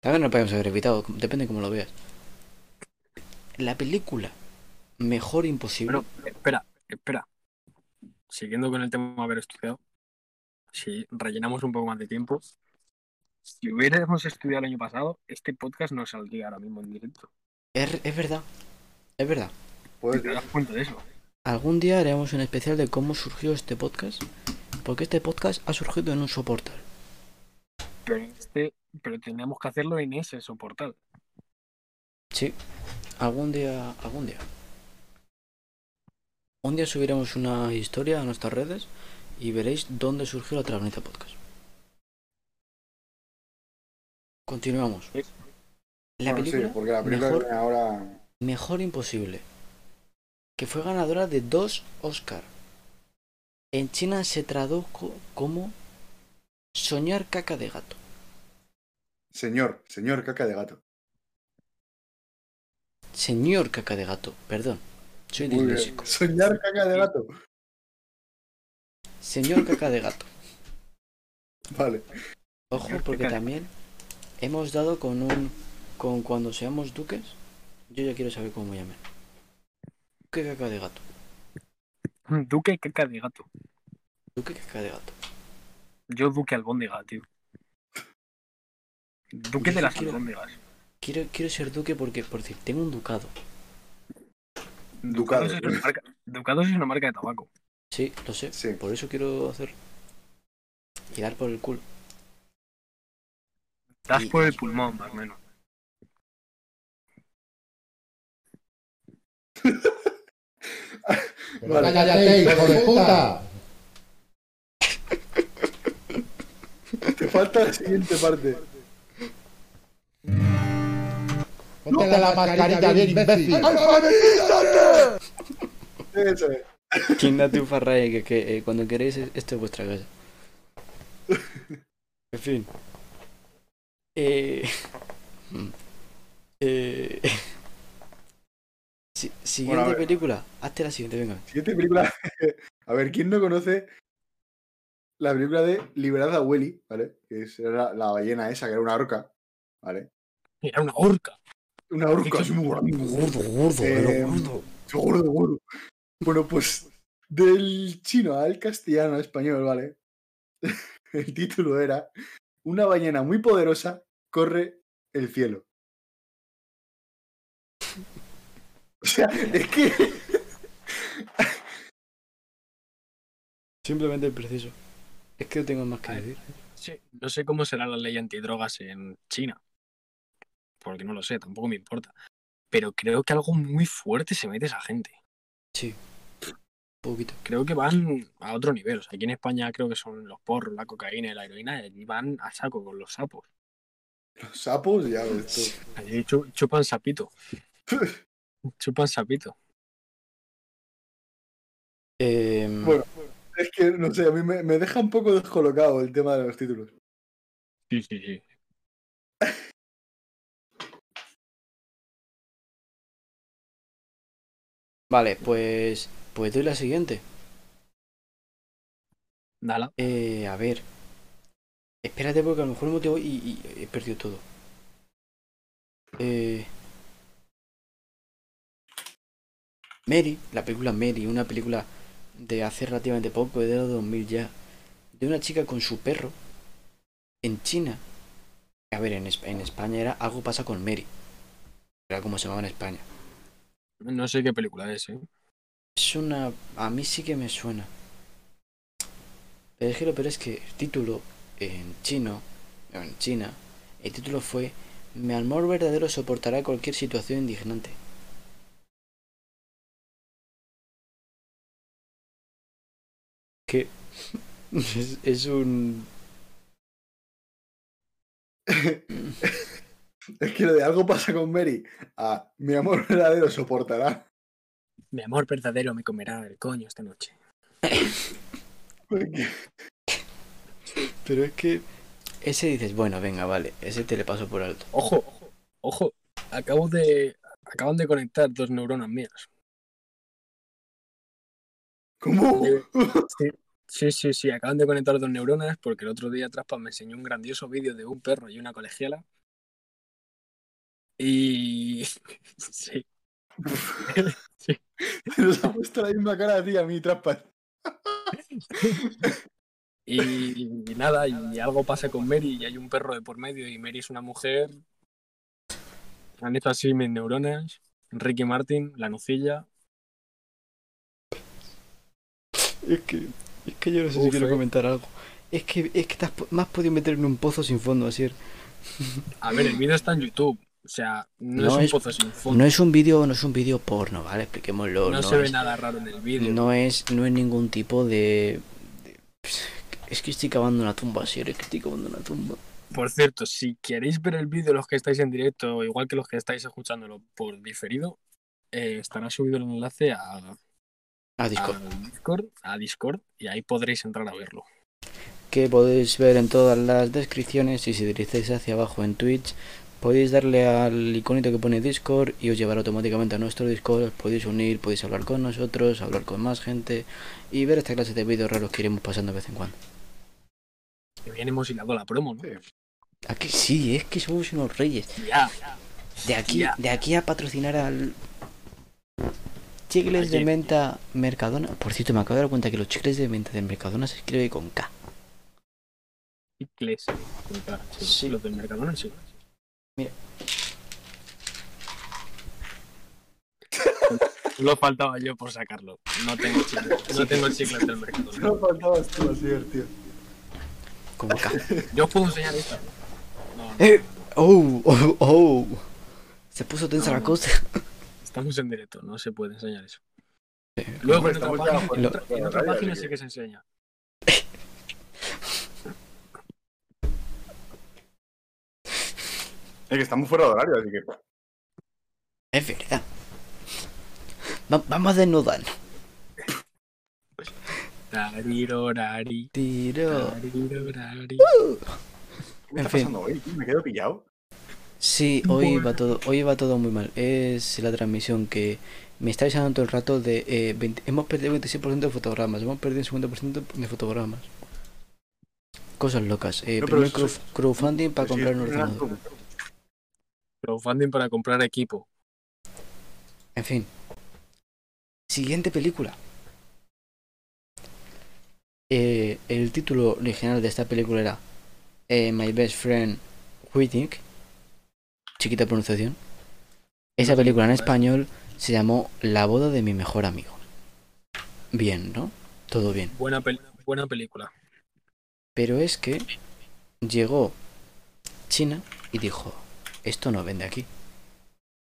S2: También no podemos haber evitado, como- depende cómo lo veas. La película Mejor Imposible.
S3: Bueno, espera, espera. Siguiendo con el tema de haber estudiado, si rellenamos un poco más de tiempo, si hubiéramos estudiado el año pasado, este podcast no saldría ahora mismo en directo.
S2: Es, es verdad, es verdad.
S4: Pues,
S3: ¿Te das cuenta de eso?
S2: Algún día haremos un especial de cómo surgió este podcast, porque este podcast ha surgido en un soportal.
S3: Pero, este, pero tenemos que hacerlo en ese soportal.
S2: Sí, algún día, algún día. Un día subiremos una historia a nuestras redes y veréis dónde surgió la Trabanita Podcast. Continuamos.
S3: Sí.
S2: La
S4: bueno, sí,
S2: película
S4: porque la película
S2: mejor-
S4: viene ahora.
S2: Mejor Imposible, que fue ganadora de dos Oscar. En China se tradujo como Soñar caca de gato.
S4: Señor, señor caca de gato.
S2: Señor caca de gato, perdón. Soy
S4: Muy bien.
S2: disléxico.
S4: Soñar caca de gato.
S2: Señor caca de gato.
S4: Vale.
S2: Ojo,
S3: Señor
S2: porque
S3: caca de
S2: también hemos dado con un. con cuando seamos duques. Yo ya quiero saber cómo me llaman. Duque caca de gato.
S3: Duque caca de gato.
S2: Duque caca de gato.
S3: Yo Duque albóndiga, tío. Duque
S2: Yo
S3: de
S2: sí
S3: las
S2: quiero-
S3: albóndigas.
S2: Quiero, quiero ser duque porque, por decir, tengo un ducado.
S4: Ducado.
S3: Ducados es una marca- Ducados es una marca de tabaco.
S2: Sí, lo sé.
S4: Sí.
S2: Por eso quiero hacerlo. Y dar por el culo.
S3: Das
S2: Y-
S3: por el pulmón, más o menos.
S4: Vale.
S6: Cállate, hijo de puta.
S4: Te falta la siguiente parte.
S6: Ponte la, mascarilla bien, imbécil.
S4: Eso es.
S2: Chingate un farraje que, que, eh, cuando queréis eh, esto es vuestra casa. En fin. Eh, eh, si- siguiente
S4: Bueno, a ver.
S2: película. Hazte la siguiente, venga.
S4: Siguiente película. A ver, ¿quién no conoce la película de Liberada a Willy? ¿Vale? Que es- era la, la ballena esa, que era una orca. ¿Vale?
S3: Era una orca.
S4: Una orca así muy grande.
S2: Gordo, gordo,
S4: Eh, Gordo, gordo. Bueno, pues del chino al castellano al español, ¿vale? El título era Una ballena muy poderosa corre el cielo. O sea, es que
S2: Simplemente el preciso. Es que no tengo más que
S3: A ver.
S2: decir.
S3: Sí, no sé cómo será la ley antidrogas en China. Porque no lo sé, tampoco me importa. Pero creo que algo muy fuerte se mete esa gente.
S2: Sí. poquito.
S3: creo que van a otro nivel. O sea, aquí en España creo que son los porros, la cocaína y la heroína, y allí van a saco con los sapos.
S7: Los sapos, ya ves tú.
S3: Allí chu- chupan sapito. chupan sapito.
S2: Em,
S7: Bueno, es que no sé, a mí me, me deja un poco descolocado el tema de los títulos.
S3: Sí, sí, sí.
S2: Vale, pues, pues doy la siguiente.
S3: Dala.
S2: Eh, a ver. Espérate porque a lo mejor me motivo y, y he perdido todo. Eh... Mary, la película Mary, una película de hace relativamente poco, de los 2000 ya, de una chica con su perro en China. A ver, en, Espa- en España era Algo pasa con Mary. Era como se llamaba en España.
S3: No sé qué película es, ¿eh?
S2: Es una... A mí sí que me suena. Pero es que lo peor es que el título en chino, o en China, el título fue Mi amor verdadero soportará cualquier situación indignante. Que es, es un...
S7: Es que lo de algo pasa con Mary. Ah, mi amor verdadero soportará.
S3: Mi amor verdadero me comerá el coño esta noche.
S7: Porque-
S2: Pero es que... Ese dices, bueno, venga, vale, ese te le paso por alto.
S3: Ojo, ojo, ojo. Acabo de. Acaban de conectar dos neuronas mías.
S7: ¿Cómo?
S3: Sí, sí, sí, acaban de conectar dos neuronas porque el otro día Traspa me enseñó un grandioso vídeo de un perro y una colegiala. Y. Sí,
S7: Nos ha puesto la misma cara a ti y a mí, Traspas.
S3: y, y nada, y algo pasa con Mary y hay un perro de por medio y Mary es una mujer. Han hecho así mis neuronas. Ricky Martin, la nocilla.
S2: Es que, es que yo no sé si
S3: Uf,
S2: quiero
S3: eh.
S2: comentar algo. Es que, es que te has po- me has podido meter en un pozo sin fondo, así
S3: A ver, el vídeo está en YouTube. O sea, no,
S2: No
S3: es un
S2: es-
S3: pozo sin fondo.
S2: No es un vídeo, no es un vídeo porno, ¿vale? Expliquémoslo.
S3: No, se ve
S2: es,
S3: nada raro en el vídeo.
S2: No es, no es ningún tipo de, de- Es que estoy cavando una tumba, sí, es que estoy cavando una tumba.
S3: Por cierto, si queréis ver el vídeo los que estáis en directo, igual que los que estáis escuchándolo por diferido, eh, estará subido el enlace a
S2: Ah, Discord.
S3: a Discord, a Discord, y ahí podréis entrar a verlo.
S2: Que podéis ver en todas las descripciones y si dirigéis hacia abajo en Twitch, podéis darle al iconito que pone Discord y os llevará automáticamente a nuestro Discord. Os podéis unir, podéis hablar con nosotros, hablar con más gente y ver esta clase de vídeos raros que iremos pasando de vez en cuando.
S3: Que bien hemos hilado la promo, ¿no?
S4: Sí.
S2: Aquí sí, es que somos unos reyes.
S3: Ya,
S2: De aquí,
S3: Ya.
S2: de aquí a patrocinar al chicles de
S3: Oye.
S2: menta Mercadona. Por cierto, me acabo de dar cuenta que los chicles de menta de Mercadona se escribe con K.
S3: chicles. con K, eh, sí.
S2: Sí.
S3: Los del Mercadona, sí.
S2: Mira.
S3: Lo faltaba yo por sacarlo. No tengo chicles, no tengo chicles del Mercadona.
S7: No faltabas tú así, tío.
S2: Con K.
S3: Yo os puedo enseñar esta. No, no,
S2: Eh, oh, oh, oh. Se puso tensa
S3: No,
S2: la
S3: no.
S2: cosa.
S3: estamos en directo, no se puede enseñar eso. Luego en otra
S7: Estamos
S3: página,
S7: ya por
S2: en
S3: otra- en
S7: la
S3: otra
S7: radio,
S3: página
S7: así
S3: sí
S7: que-
S3: que se enseña.
S4: Es que estamos fuera de horario, así que.
S2: Es verdad. Va- vamos a desnudarnos.
S3: Tarirorari,
S2: Tiro.
S3: tarirorari.
S4: ¿Qué me
S2: En
S4: está
S2: fin.
S4: pasando hoy? tío? Me quedo pillado.
S2: Sí, hoy va todo, hoy va todo muy mal. Es la transmisión que me está avisando todo el rato de eh, 20 hemos perdido 26% de fotogramas, hemos perdido un 50% de fotogramas. Cosas locas. Eh,
S4: No, pero
S2: primer
S4: eso es-
S2: crowdf- crowdfunding para
S4: Sí,
S2: comprar un
S4: era
S2: ordenador.
S4: como-
S3: Crowdfunding para comprar equipo.
S2: En fin. Siguiente película. Eh, el título original de esta película era eh, My Best Friend Waiting. Chiquita pronunciación. Esa película en español se llamó La boda de mi mejor amigo. Bien, ¿no? Todo bien.
S3: Buena, pel- buena película.
S2: Pero es que llegó China y dijo, esto no vende aquí.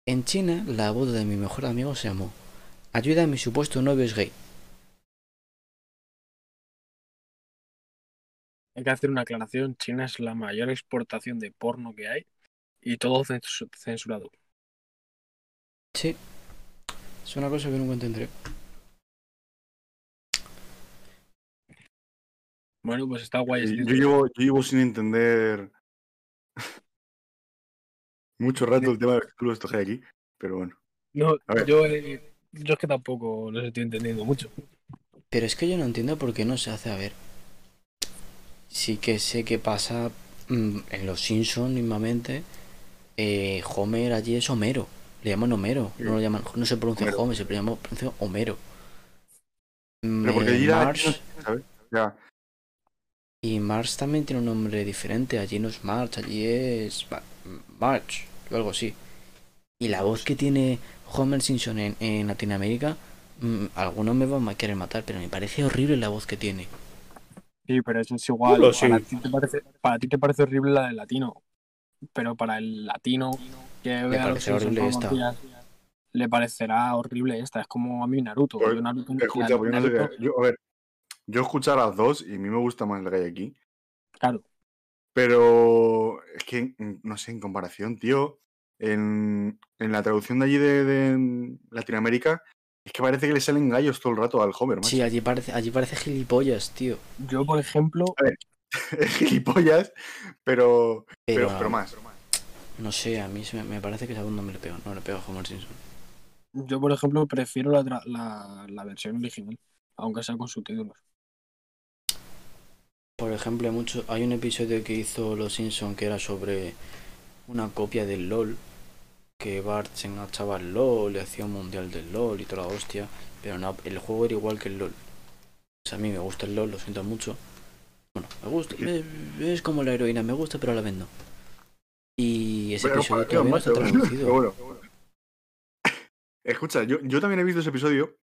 S2: En China, la boda de mi mejor amigo se llamó Ayuda a mi supuesto novio es gay.
S3: Hay que hacer una aclaración. China es la mayor exportación de porno que hay y todo censu- censurado.
S2: Sí. Es una cosa que nunca entenderé.
S3: Bueno, pues está guay. ese
S1: Eh, Yo
S3: título.
S1: llevo, yo llevo sin entender mucho rato el tema de los círculos estos que hay aquí, pero bueno.
S3: No,
S1: A ver.
S3: yo, eh, yo es que tampoco los estoy entendiendo mucho.
S2: Pero es que yo no entiendo por qué no se hace a ver. Sí que sé que pasa mm, en los Simpsons mismamente. eh, Homer allí es Homero. Le llaman Homero. No lo llaman, no se pronuncia
S1: Homero.
S2: Homer, se le llama pronuncia Homero.
S1: Pero porque
S2: Eh,
S1: allí la-
S2: Marge-
S1: ¿sabes? Ya,
S2: Y Mars también tiene un nombre diferente. Allí no es March, allí es Ma- March o algo así. Y la voz que tiene Homer Simpson en, en Latinoamérica, mm, algunos me van a querer matar, pero me parece horrible la voz que tiene.
S3: Sí, pero eso es igual.
S8: Culo, sí.
S3: Para, ti te parece, para ti te parece horrible la del latino. Pero para el latino que ve a los
S2: parecerá
S3: Simpsons
S2: horrible
S3: todos los
S2: esta.
S3: días, le parecerá horrible esta. Es como a mí Naruto.
S1: Pues,
S3: Yo Naruto-
S1: escucha, pues yo no sé
S3: Naruto-
S1: qué- yo- a ver, yo escucho a las dos y a mí me gusta más la que hay aquí.
S3: Claro.
S1: Pero es que, mm, no sé, en comparación, tío, en, en la traducción de allí de, de Latinoamérica, es que parece que le salen gallos todo el rato al Homer, macho.
S2: Sí, allí parece, allí parece gilipollas, tío.
S3: Yo, por ejemplo,
S1: Es gilipollas, pero, pero,
S2: Pero,
S1: pero más.
S2: no sé, a mí se me, me parece que es algún nombre peor. No le pego a Homer Simpson.
S3: yo por ejemplo prefiero la, tra- la, la versión original, aunque sea con subtítulos.
S2: Por ejemplo, hay, mucho, hay un episodio que hizo Los Simpson que era sobre una copia del LOL, que Bart se enganchaba al LOL, le hacía un mundial del LOL y toda la hostia, pero no, el juego era igual que el LOL. O sea, a mí me gusta el LOL, lo siento mucho. Bueno, me gusta, es, es como la heroína, me gusta pero a la vez no. Y ese
S1: Bueno,
S2: episodio
S1: para
S2: todavía no
S1: macho,
S2: está traducido.
S1: pero bueno. Escucha, yo, yo también he visto ese episodio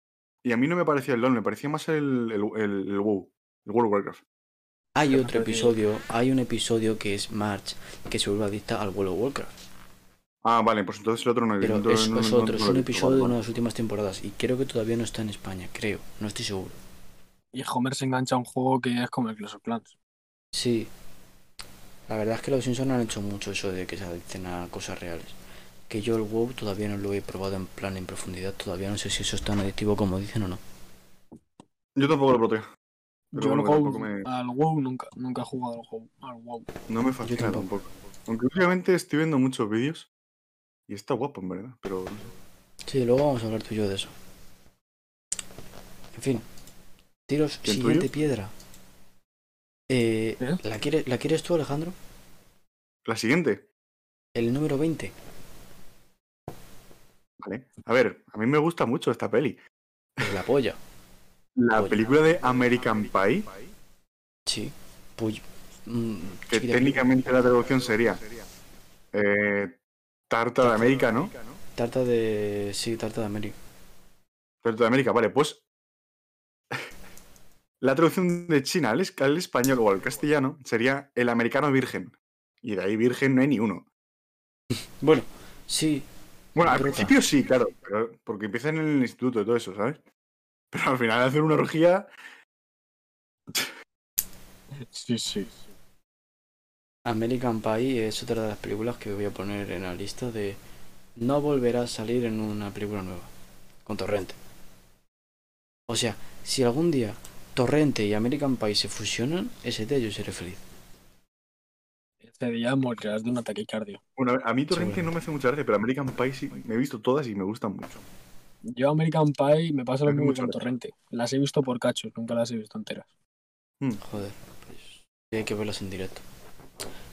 S1: y a mí no me parecía el LOL, me parecía más el, el, el- el WoW, el World of Warcraft.
S2: Hay
S3: Pero
S2: otro
S3: no te digo.
S2: episodio, hay un episodio que es March, que se vuelve adicta al vuelo Warcraft.
S1: Ah, vale, pues entonces el otro no he
S2: Pero
S1: visto.
S2: es,
S1: no-
S2: es
S1: no-
S2: otro,
S1: no
S2: es
S1: lo
S2: un
S1: he visto,
S2: episodio de
S1: vale,
S2: una de
S1: vale.
S2: las últimas temporadas y creo que todavía no está en España, creo, no estoy seguro.
S3: Y Homer se engancha a un juego que es como el Clash of Clans.
S2: Sí, la verdad es que los Simpsons han hecho mucho eso de que se adicten a cosas reales. Que yo el WoW todavía no lo he probado en plan en profundidad, todavía no sé si eso es tan adictivo como dicen o no.
S1: Yo tampoco lo proteo. Pero
S3: yo al
S1: bueno, que
S3: WoW,
S1: tampoco me-
S3: al WoW nunca, nunca he jugado al WoW. Al WoW.
S1: No me fascina
S2: tampoco.
S1: tampoco. Aunque últimamente estoy viendo muchos vídeos y está guapo, en verdad. Pero no sé.
S2: Sí, luego vamos a hablar tú y yo de eso. En fin, tiros
S1: ¿Y el
S2: siguiente
S1: tuyo?
S2: piedra. Eh,
S3: ¿Eh?
S2: ¿la, quieres, ¿La quieres tú, Alejandro?
S1: la siguiente.
S2: El número 20.
S1: Vale. A ver, a mí me gusta mucho esta peli.
S2: pues La polla.
S1: La
S2: Oye.
S1: película de American Pie,
S2: Sí. Pues, mm,
S1: que
S2: chiquita,
S1: técnicamente la traducción sería eh, Tarta de América, ¿no?
S2: Tarta de. Sí, tarta de América.
S1: Tarta de América, vale, pues. La traducción de China al, es- al español o al castellano sería el americano virgen. Y de ahí virgen no hay ni uno.
S2: Bueno, sí,
S1: Bueno, al
S2: Bruta.
S1: principio sí, claro, pero- porque empieza en el instituto y todo eso, ¿sabes? Pero al final hacer una orgía,
S3: Sí, sí.
S2: American Pie es otra de las películas que voy a poner en la lista de no volverá a salir en una película nueva con Torrente. O sea, si algún día Torrente y American Pie se fusionan, ese día yo seré feliz.
S3: Este día morirás de un ataque cardio.
S1: bueno, a mí Torrente no me hace mucha gracia, pero American Pie sí, me he visto todas y me gustan mucho.
S3: Yo American Pie me pasa lo
S1: Es
S3: mismo que
S1: mucho
S3: con
S1: mejor.
S3: Torrente. Las he visto por cachos, nunca las he visto enteras.
S2: Joder, pues sí hay que verlas en directo.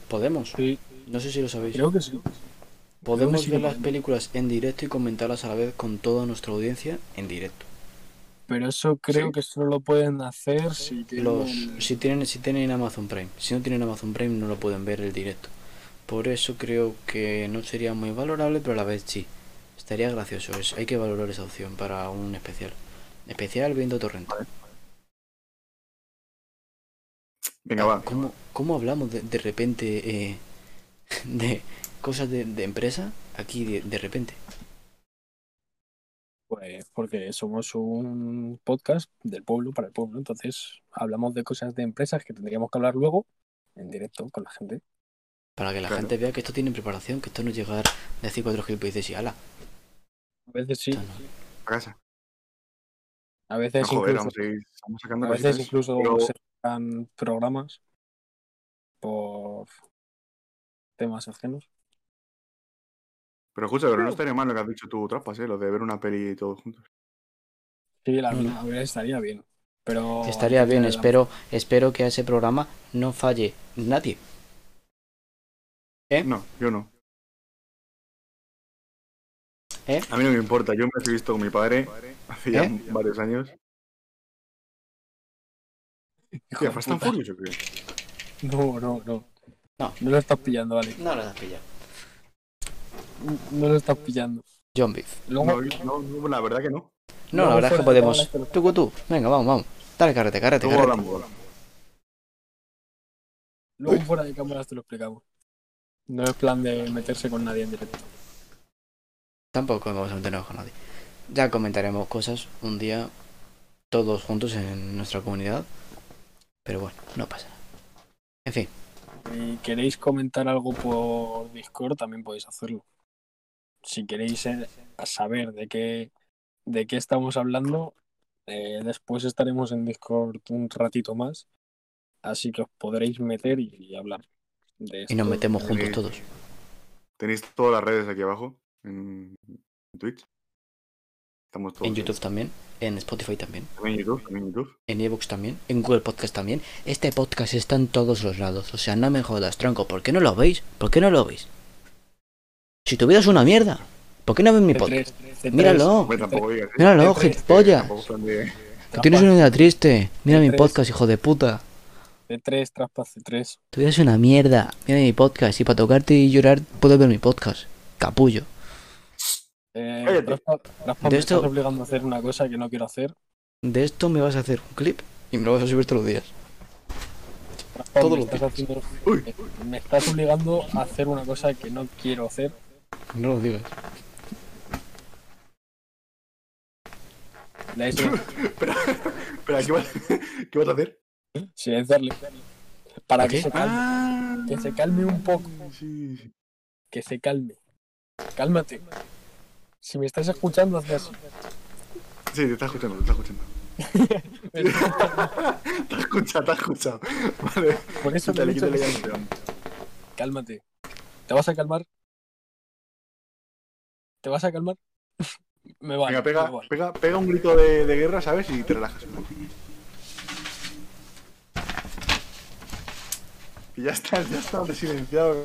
S2: Podemos,
S3: Sí,
S2: no sé si lo sabéis.
S3: creo que sí.
S2: Podemos
S3: sí
S2: ver
S3: lo
S2: las películas en directo y comentarlas a la vez con toda nuestra audiencia en directo.
S3: Pero eso creo que solo lo pueden hacer si tienen...
S2: Los, si tienen, si tienen Amazon Prime. Si no tienen Amazon Prime no lo pueden ver el directo. Por eso creo que no sería muy valorable, pero a la vez sí. Estaría gracioso. es- hay que valorar esa opción para un especial. Especial viendo torrente.
S1: Venga, va.
S2: ¿Cómo, cómo hablamos de, de repente eh, de cosas de, de empresa? Aquí de, de repente.
S3: Pues porque somos un podcast del pueblo para el pueblo, entonces hablamos de cosas de empresas que tendríamos que hablar luego en directo con la gente.
S2: Para que la
S4: Claro.
S2: gente vea que esto tiene preparación, que esto no es llegar, decir cuatro gilipolleces y ala.
S3: A veces sí,
S2: Esto no.
S4: A casa.
S3: a
S4: No,
S1: Ah,
S3: veces
S4: joder,
S3: incluso,
S4: vamos a ir vamos sacando
S3: a veces
S4: cositas.
S3: incluso
S4: pero-
S3: se sacan programas por temas ajenos.
S4: Pero escucha, pero no estaría mal lo que has dicho tú, Trampas, ¿eh? Lo de ver una peli todos juntos.
S3: Sí, la
S2: No, no.
S3: verdad estaría bien, pero...
S2: Estaría bien,
S3: la-
S2: espero, espero que a ese programa no falle nadie. ¿Eh?
S4: No, yo no.
S2: ¿Eh?
S4: A mí no me importa, yo me he visto con mi padre hace ya
S2: ¿Eh?
S4: varios años.
S3: Hijo
S4: Hostia,
S3: de
S4: Fast and
S3: puta.
S4: Furious, yo creo.
S3: No, no, no.
S2: No.
S3: No lo estás pillando, vale.
S2: No lo has pillado.
S3: No lo estás pillando.
S2: John Beef.
S3: Luego,
S4: No, no, no, la verdad que no.
S2: No, la
S3: Luego
S2: verdad es que
S3: fuera de cámara
S2: podemos.
S3: te lo-
S2: Tú, tú, venga, vamos, vamos. Dale, carrete, carrete,
S4: Luego
S2: carrete.
S4: hablamos.
S3: luego fuera de cámaras te lo explicamos. No es plan de meterse con nadie en directo.
S2: Tampoco vamos a meternos con nadie. Ya comentaremos cosas un día todos juntos en nuestra comunidad. Pero bueno, no pasa nada. En fin,
S3: Si queréis comentar algo por Discord, también podéis hacerlo. Si queréis eh, saber de qué, de qué estamos hablando, eh, después estaremos en Discord un ratito más. Así que os podréis meter y, y hablar de
S2: y
S3: esto.
S2: nos metemos juntos
S4: eh,
S2: todos.
S4: Tenéis todas las redes aquí abajo, en, en Twitch. Estamos todos.
S2: En YouTube también, en Spotify también,
S4: También en YouTube, también en YouTube.
S2: en Evox también, en Google Podcast también. Este podcast está en todos los lados. O sea, no me jodas, tronco. ¿Por qué no lo veis? ¿Por qué no lo veis? Si tu vida es una mierda, ¿por qué no ves mi
S3: C3,
S2: podcast?
S3: C3,
S2: Míralo,
S4: Hombre, tampoco digas. ¿eh?
S2: míralo,
S3: C3,
S2: gilipollas.
S4: Tampoco plan de-
S2: Que tienes una vida triste. Mira mi
S3: C3.
S2: podcast, hijo de puta.
S3: C3, traspa C3.
S2: Tu vida es una mierda. Mira mi podcast. Y para tocarte y llorar, puedes ver mi podcast. Capullo.
S3: Eh,
S4: Cállate.
S3: Rafa, Rafa,
S2: De
S3: me
S2: esto-
S3: estás obligando a hacer una cosa que no quiero hacer.
S2: De esto me vas a hacer un clip y me lo vas a subir todos los días.
S3: Rafa,
S2: Todo
S3: me,
S2: lo
S3: estás haciendo-
S4: Uy.
S3: me- me estás obligando a hacer una cosa que no quiero hacer.
S2: No lo digas.
S3: Le he hecho
S4: Espera, espera, ¿qué vas, ¿qué vas a hacer?
S3: silenciarle. Para
S2: ¿Qué?
S3: que se calme.
S7: Ah.
S2: Ah.
S3: Que se calme un poco.
S4: Sí, sí.
S3: Que se calme. Cálmate. Si me estás escuchando, haz así.
S4: Sí, te está escuchando, te está escuchando. te ha escuchado, te ha escuchado. Vale,
S3: Por eso te he
S4: quítale,
S3: dicho
S4: quítale
S3: que
S4: ya.
S3: se- cálmate. ¿Te vas a calmar? ¿Te vas a calmar? Me vale.
S4: Venga,
S3: me
S4: pega,
S3: vale.
S4: pega, pega un grito de, de guerra, ¿sabes? Y te relajas un poco. Y ya está, ya está silenciado.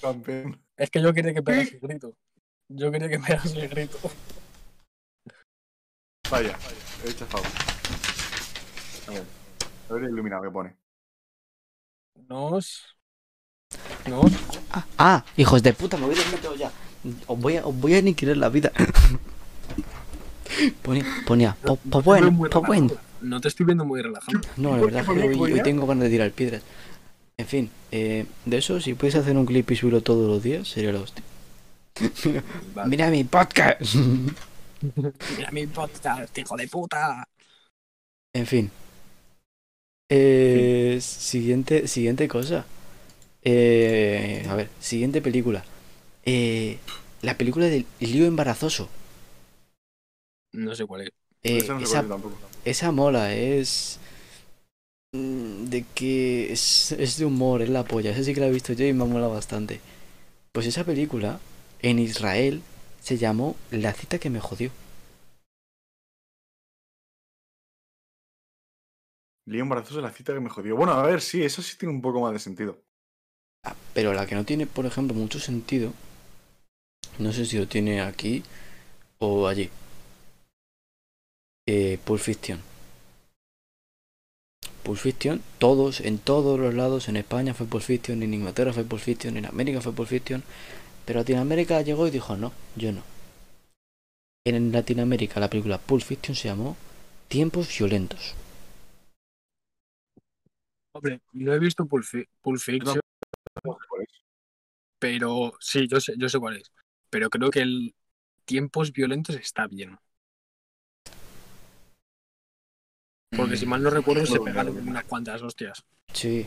S4: Campeón.
S3: Es que yo quería que pegas el grito. Yo quería que pegas el grito.
S4: Vaya, he chafado. A ver, a ver el iluminado que pone.
S3: Nos. Nos.
S2: Ah, ah, hijos de puta, me voy desmitido ya. Os voy a, os voy a aniquilar la vida. ponía, ponía, po- po bueno, po bueno.
S3: No te estoy viendo muy relajado.
S2: No, la
S4: ¿Por qué
S2: verdad es
S4: ponía
S2: que hoy, hoy
S4: pollas?
S2: tengo ganas de tirar piedras. En fin, eh, de eso, si puedes hacer un clip y subirlo todos los días, sería la hostia.
S3: Vale.
S2: Mira mi podcast.
S3: Mira mi podcast, hijo de puta.
S2: En fin. Eh, siguiente, siguiente cosa. Eh, a ver, siguiente película. Eh, la película del lío embarazoso.
S3: No sé cuál es.
S2: Eh,
S4: Eso no se
S2: esa,
S4: conoce tampoco.
S2: esa mola, es... mm, De que es, es de humor, es la polla. Esa sí que la he visto yo y me ha molado bastante. Pues esa película, en Israel, se llamó La cita que me jodió.
S4: Lío embarazoso la cita que me jodió. Bueno, a ver, sí, eso sí tiene un poco más de sentido.
S2: Ah, Pero la que no tiene, por ejemplo, mucho sentido, no sé si lo tiene aquí o allí. Eh, Pulp Fiction. Pulp Fiction, todos, en todos los lados, en España fue Pulp Fiction, en Inglaterra fue Pulp Fiction, en América fue Pulp Fiction, pero Latinoamérica llegó y dijo, no, yo no. En Latinoamérica la película Pulp Fiction se llamó Tiempos Violentos.
S3: Hombre, no he visto Pulp, Fi- Pulp Fiction, pero sí, yo sé, yo sé cuál es. Pero creo que el, tiempos violentos está bien. Porque si
S2: Mm,
S3: mal no recuerdo, se
S9: Bueno,
S3: pegaron
S9: bueno.
S3: unas cuantas hostias.
S2: Sí.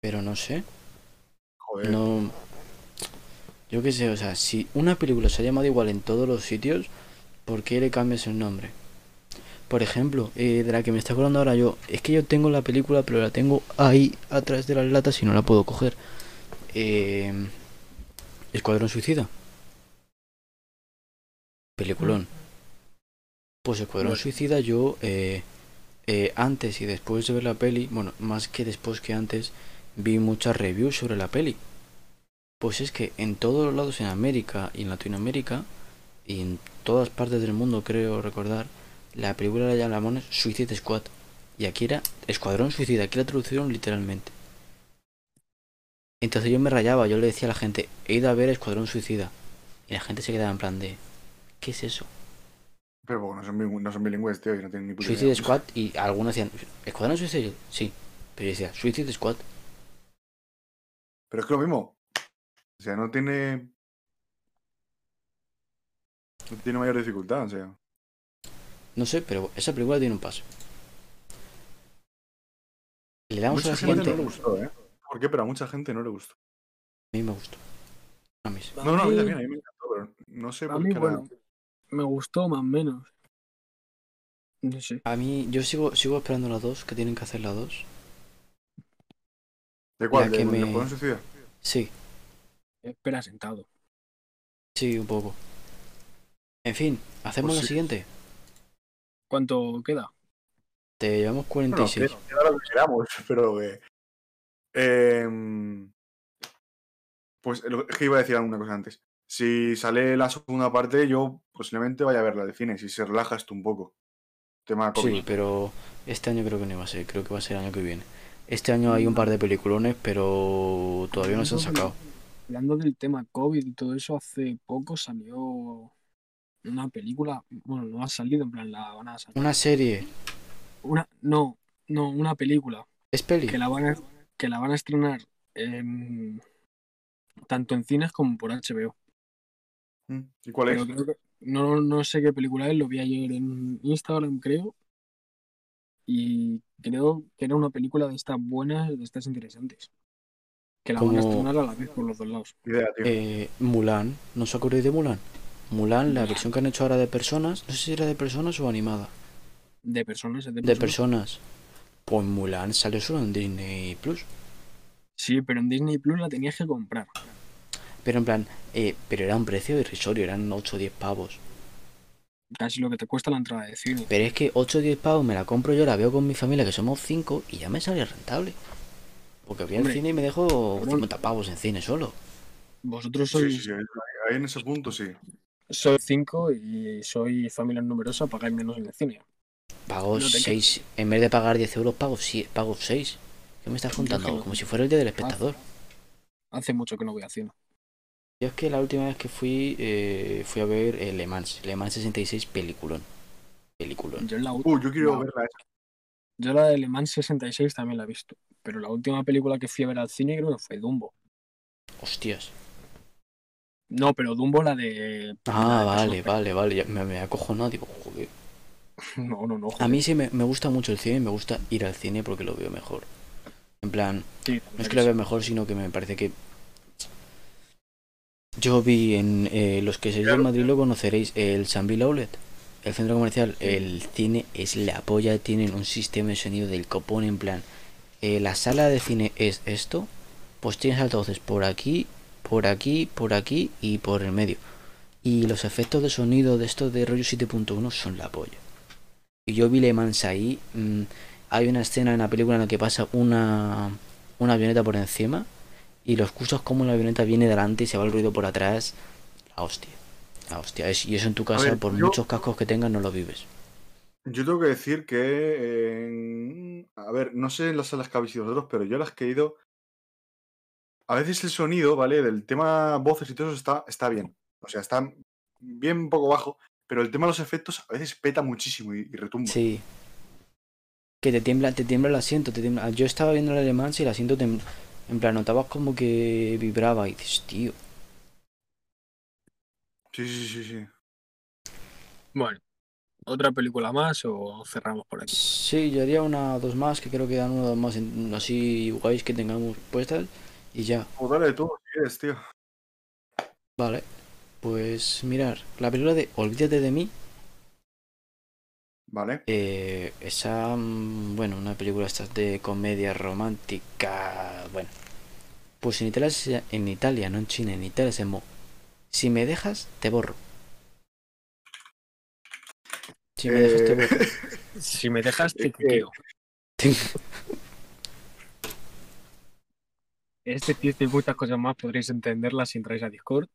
S2: Pero no sé.
S1: Joder.
S2: No. Yo qué sé, o sea, si una película se ha llamado igual en todos los sitios, ¿por qué le cambias el nombre? Por ejemplo, eh, de la que me está acordando ahora yo, es que yo tengo la película, pero la tengo ahí atrás de las latas y no la puedo coger. Eh, Escuadrón Suicida. Peliculón. Pues Escuadrón
S3: Bueno.
S2: Suicida yo eh, eh, antes y después de ver la peli, bueno, más que después que antes, vi muchas reviews sobre la peli. Pues es que en todos los lados en América y en Latinoamérica y en todas partes del mundo creo recordar, la película la llamaban Suicide Squad. Y aquí era Escuadrón Suicida, aquí la traducieron literalmente. Entonces yo me rayaba, yo le decía a la gente, he ido a ver Escuadrón Suicida. Y la gente se quedaba en plan de, ¿qué es eso?
S1: Pero bueno, no son, bilingü- no son bilingües, tío, y no tienen ni puta
S2: Suicide
S1: idea.
S2: Squad y algunos decían, ¿Escuadrón Suicida? Sí, pero yo decía, Suicide Squad.
S1: Pero es que lo mismo. O sea, no tiene. No tiene mayor dificultad, o sea.
S2: No sé, pero esa película tiene un paso. Le damos a
S1: mucha
S2: la
S1: gente
S2: siguiente.
S1: no le gustó, ¿eh? ¿Por qué? Pero a mucha gente no le gustó.
S2: A mí me gustó. A mí sí.
S1: No, no, a mí también, a mí me encantó, pero no sé
S3: A
S1: por
S3: mí,
S1: qué la-
S3: bueno, me gustó más o menos. No sé.
S2: A mí, yo sigo, sigo esperando las dos, que tienen que hacer las dos.
S1: ¿De cuál?
S2: la
S1: ¿De
S2: que me-
S1: me... Escuadrón Suicida?
S2: Sí,
S3: Espera sentado.
S2: sí, un poco. En fin, hacemos
S1: Pues
S2: la
S1: sí.
S2: siguiente.
S3: ¿Cuánto queda?
S2: Te llevamos
S1: Bueno,
S2: 46.
S1: que- que ahora lo que queramos, pero que. Em, pues lo que iba a decir alguna cosa antes. Si sale la segunda parte, yo posiblemente vaya a verla de cine, si se relaja esto un poco. Tema COVID.
S2: Sí, pero este año creo que no va a ser, creo que va a ser el año que viene. Este año hay un par de peliculones, pero todavía no se han sacado.
S3: Hablando del tema COVID y todo eso, hace poco salió una película. Bueno, no ha salido, en plan, la van a sacar.
S2: Una serie.
S3: Una, no, no, una película.
S2: ¿Es peli?
S3: que la van a, que la van a estrenar em, tanto en cines como por HBO.
S1: Mm, ¿Y cuál es?
S3: Pero creo que- no, no sé qué película es, lo vi ayer en Instagram, creo. Y creo que era una película de estas buenas, de estas interesantes. Que la van a
S2: Como-
S3: estrenar a la vez por los dos lados.
S1: Idea, tío.
S2: Eh, Mulan, ¿no os acordáis de Mulan? Mulan, la versión que han hecho ahora de personas, no sé si era de personas o animada.
S3: De personas, es de
S2: De
S3: personas.
S2: personas. Pues Mulan salió solo en Disney Plus.
S3: Sí, pero en Disney Plus la tenías que comprar.
S2: Pero en plan, eh, pero era un precio irrisorio, eran 8 o 10 pavos.
S3: Casi lo que te cuesta la entrada de cine.
S2: Pero es que 8 o 10 pavos me la compro yo, la veo con mi familia, que somos 5, y ya me sale rentable. Porque voy al
S3: Hombre,
S2: cine y me dejo
S3: cabrón.
S2: 50 pavos en cine solo.
S3: Vosotros
S1: Sí,
S3: sois,
S1: sí, sí, ahí- Ahí en ese punto sí.
S3: sois cinco y sois familia numerosa, pagáis menos en el cine.
S2: Pago
S3: No te
S2: 6, en vez de pagar 10 euros, pago, sie- pago 6. ¿Qué me estás contando?
S3: Imagínate.
S2: Como si fuera el día del espectador.
S3: Ah, Hace mucho que no voy a cine.
S2: Yo es que la última vez que fui, eh, fui a ver eh, Le Mans, Le Mans 66, peliculón. Peliculón.
S3: Yo la, u-
S1: Uh, yo quiero
S3: No.
S1: verla esa.
S3: yo la de Le Mans 66 también la he visto. Pero la última película que fui a ver al cine creo que fue Dumbo.
S2: Hostias.
S3: No, pero Dumbo la de...
S2: Ah,
S3: la de
S2: vale,
S3: personas.
S2: vale, vale. ya Me, me acojonado, digo, joder.
S3: No, no, no.
S2: A mí sí me, me gusta mucho el cine, me gusta ir al cine porque lo veo mejor. En plan,
S3: Sí,
S2: no es que lo vea mejor, sino que me parece que... Yo vi en eh, los que seáis de
S1: Claro.
S2: Madrid lo conoceréis, el Sanville Outlet, el centro comercial, el cine es la polla, tienen un sistema de sonido del copón en plan, eh, la sala de cine es esto, pues tienes altavoces por aquí, por aquí, por aquí y por el medio. Y los efectos de sonido de estos de rollo 7.1 son la polla. Y yo vi Le Mans ahí, mm, hay una escena en la película en la que pasa una, una avioneta por encima y los cursos como la avioneta viene delante y se va el ruido por atrás. La hostia. La hostia. Es- y eso en tu casa,
S1: ver,
S2: por
S1: yo-
S2: muchos cascos que tengas, no lo vives.
S1: ¿eh? Yo tengo que decir que. en- a ver, no sé las salas que habéis ido vosotros, pero yo las que he ido. A veces el sonido, ¿vale? Del tema voces y todo eso está, está bien. O sea, está bien un poco bajo, pero el tema de los efectos a veces peta muchísimo y, y retumba.
S2: Sí. Que te tiembla, te tiembla el asiento, te tiembla. Yo estaba viendo el alemán y el asiento tem- en plan notabas como que vibraba y dices, tío.
S4: Sí, sí, sí, sí.
S3: Bueno, ¿otra película más o cerramos por aquí?
S2: Sí, yo haría una o dos más, que creo que dan una o dos más en- así guays que tengamos puestas y ya,
S4: O dale tú, si quieres, tío.
S2: vale. Pues mirar, la película de Olvídate de mí,
S4: Vale.
S2: eh, esa, mm, bueno, una película estas de comedia romántica, bueno. Pues en Italia, se- en Italia, no en China, en Italia se llamó Si me dejas, te borro. Si me dejas, te
S4: Eh,
S2: borro.
S3: Si me dejas, te
S4: Es que-
S3: cuqueo. Este tipo y muchas cosas más podréis entenderlas si entráis a Discord.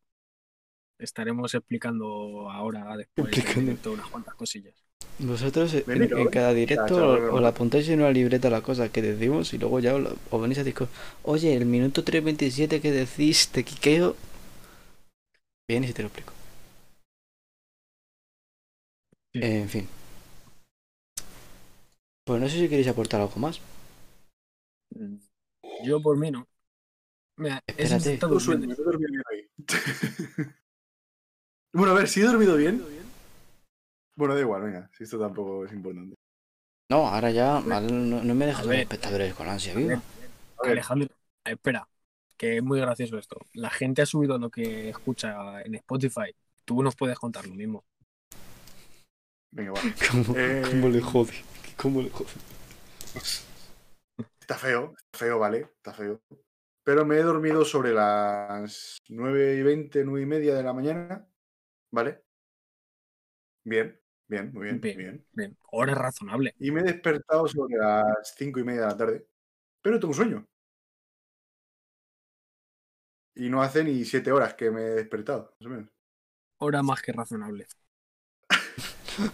S3: Estaremos explicando ahora, después, del
S2: Explicando.
S3: directo, unas cuantas cosillas.
S2: Vosotros eh, en,
S4: Venid,
S2: en
S4: ¿no?
S2: cada
S4: Ya, ya,
S2: directo
S4: ya, ya.
S2: os, os la apuntáis en una libreta la cosa que decimos y luego ya os, la- os venís a Discord. Oye, el minuto 3.27 que decís te quiqueo. Bien, y te lo explico.
S3: Sí.
S2: En fin. Pues no sé si queréis aportar algo más.
S3: Yo por mí no. Mira, ese
S2: Espérate.
S3: se está
S4: Tengo sueño,
S3: durmiendo.
S4: no he dormido bien hoy. bueno, a ver, si he dormido bien. Bueno, da igual, venga, si esto tampoco es importante.
S2: No, ahora ya al- no, no me dejas
S3: A
S2: los
S3: ver.
S2: espectadores con ansia
S3: A ver,
S2: viva.
S4: A ver.
S3: Alejandro, espera, que es muy gracioso esto. La gente ha subido lo que escucha en Spotify. Tú nos puedes contar lo mismo.
S4: Venga, va.
S2: ¿Cómo,
S4: Eh.
S2: cómo le jode? ¿Cómo le jode?
S4: Está feo, está feo, vale, está feo. Pero me he dormido sobre las 9 y 20, 9 y media de la mañana. ¿Vale? Bien, bien, muy bien,
S3: Bien.
S4: bien.
S3: Bien, ahora es razonable.
S4: Y me he despertado sobre las 5 y media de la tarde. Pero tengo sueño. Y no hace ni 7 horas que me he despertado, más o menos.
S3: Hora más que razonable.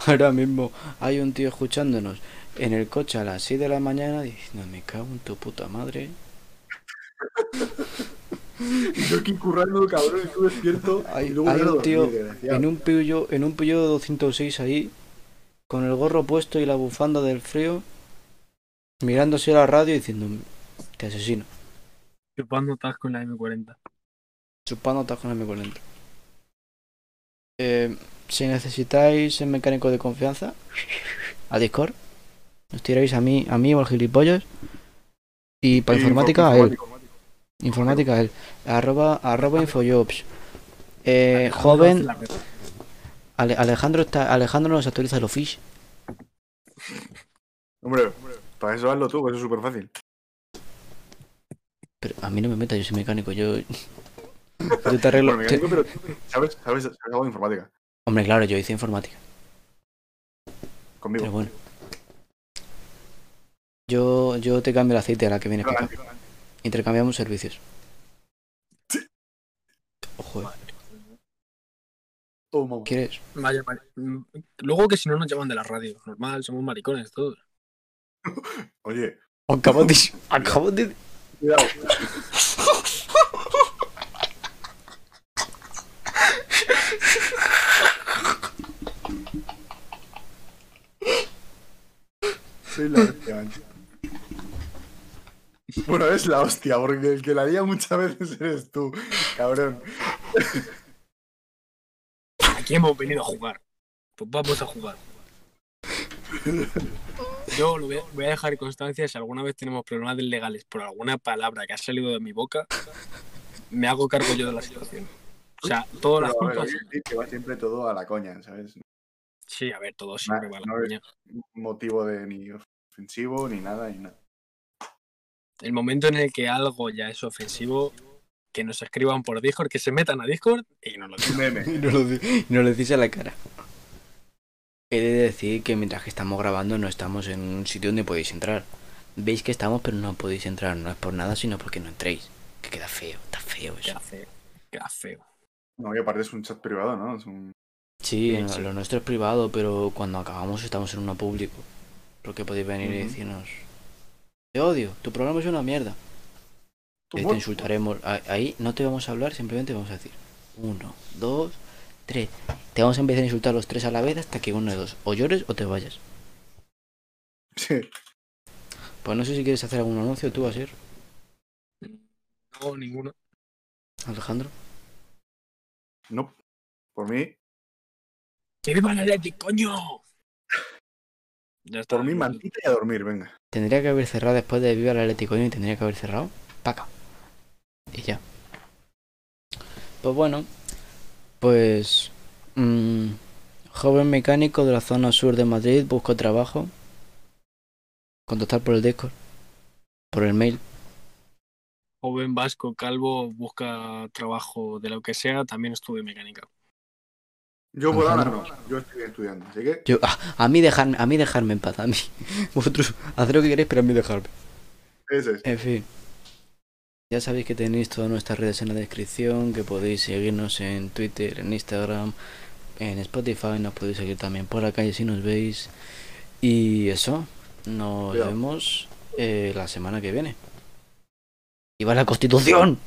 S2: Ahora mismo hay un tío escuchándonos en el coche a las 6 de la mañana diciendo, me cago en tu puta madre.
S4: Y yo aquí currando, cabrón, y tú despierto.
S2: Hay-
S4: y luego
S2: hay
S4: ya
S2: un
S4: dormí,
S2: tío
S4: desgraciado.
S2: En un pillo, en un pillo 206 ahí, con el gorro puesto y la bufanda del frío, mirándose a la radio y diciendo, te asesino,
S3: Chupando estás con la M40.
S2: chupando tajones por dentro. Eh, si necesitáis un mecánico de confianza, a Discord, os tiráis a mí, a mí o al gilipollas, y para
S4: Y
S2: informática eh. a él.
S4: informático.
S2: Informática él. Arroba, arroba infojobs. Eh, joven, Ale- Alejandro está, Alejandro nos actualiza los fish.
S4: Hombre, para eso hazlo tú, que eso es súper fácil.
S2: Pero a mí no me metas, yo soy mecánico, yo. Yo te arreglo.
S4: Bueno,
S2: te-
S4: mecánico, pero sabes, sabes, sabes algo de informática.
S2: Hombre, claro, yo hice informática, pero
S4: Conmigo.
S2: bueno. Yo, yo te cambio el aceite a la que vienes
S4: Pero
S2: para acá.
S4: antes,
S2: Intercambiamos servicios. Ojo, eh.
S4: todo un momo.
S2: ¿quieres?
S3: Vaya, vale. Mm, Luego que si no nos llaman de la radio. Normal, somos maricones todos.
S4: Oye,
S2: Acabo de. Acabo de.
S4: cuidado. Soy la hostia, macho. Bueno, es la hostia, porque el que la lía muchas veces eres tú, cabrón.
S3: Aquí hemos venido a jugar. Pues vamos a jugar. Yo lo voy a, voy a dejar constancia. Si alguna vez tenemos problemas legales por alguna palabra que ha salido de mi boca, me hago cargo yo de la situación. O sea, todas las
S4: Pero, a ver,
S3: culpas.
S4: quiero decir que va siempre todo a la coña, ¿sabes?
S3: Sí, a ver, todo siempre va a la
S4: no es-
S3: coña.
S4: motivo de ni ofensivo ni nada ni nada.
S3: El momento en el que algo ya es ofensivo, que nos escriban por Discord, que se metan a Discord y nos lo digan.
S4: Meme.
S2: Y no lo, di- y no lo decís a la cara. He de decir que mientras que estamos grabando no estamos en un sitio donde podéis entrar. Veis que estamos, pero no podéis entrar. No es por nada, sino porque no entréis. Que queda feo, está feo eso.
S3: Queda feo. Queda feo.
S4: No, y aparte es un chat privado, ¿no? Es un...
S2: Sí,
S3: Sí,
S2: no,
S3: sí.
S2: lo nuestro es privado, pero cuando acabamos estamos en uno público. Porque podéis venir y
S4: Ujú.
S2: decirnos... Te odio, tu programa es una mierda.
S4: Tu
S2: Eh, te
S4: voz.
S2: insultaremos. A- Ahí no te vamos a hablar, simplemente vamos a decir uno, dos, tres. Te vamos a empezar a insultar los tres a la vez hasta que uno de dos o llores o te vayas.
S4: Sí.
S2: Pues no sé si quieres hacer algún anuncio tú, Asier,
S3: No, ninguno.
S2: Alejandro.
S4: No. Por mí,
S3: ¡Que viva el Athletic, coño! Ya está.
S4: por mí, mantita y a dormir, venga.
S2: Tendría que haber cerrado después de Viva el Atlético y tendría que haber cerrado. Paca. Y ya. Pues bueno. Pues. mm, joven mecánico de la zona sur de Madrid busco trabajo. Contactar por el Discord. Por el mail.
S3: Joven vasco calvo busca trabajo de lo que sea, también estuve mecánica.
S4: Yo por ahora no, yo estoy estudiando, así que
S2: Yo, a, a mí dejarme, a mí dejarme en paz, a mí. Vosotros haced lo que queréis, pero a mí dejarme.
S4: ese es.
S2: En fin. Ya sabéis que tenéis todas nuestras redes en la descripción, que podéis seguirnos en Twitter, en Instagram, en Spotify, nos podéis seguir también por la calle si nos veis. Y eso, nos
S4: Cuidado.
S2: vemos eh, la semana que viene. ¡Y va la Constitución!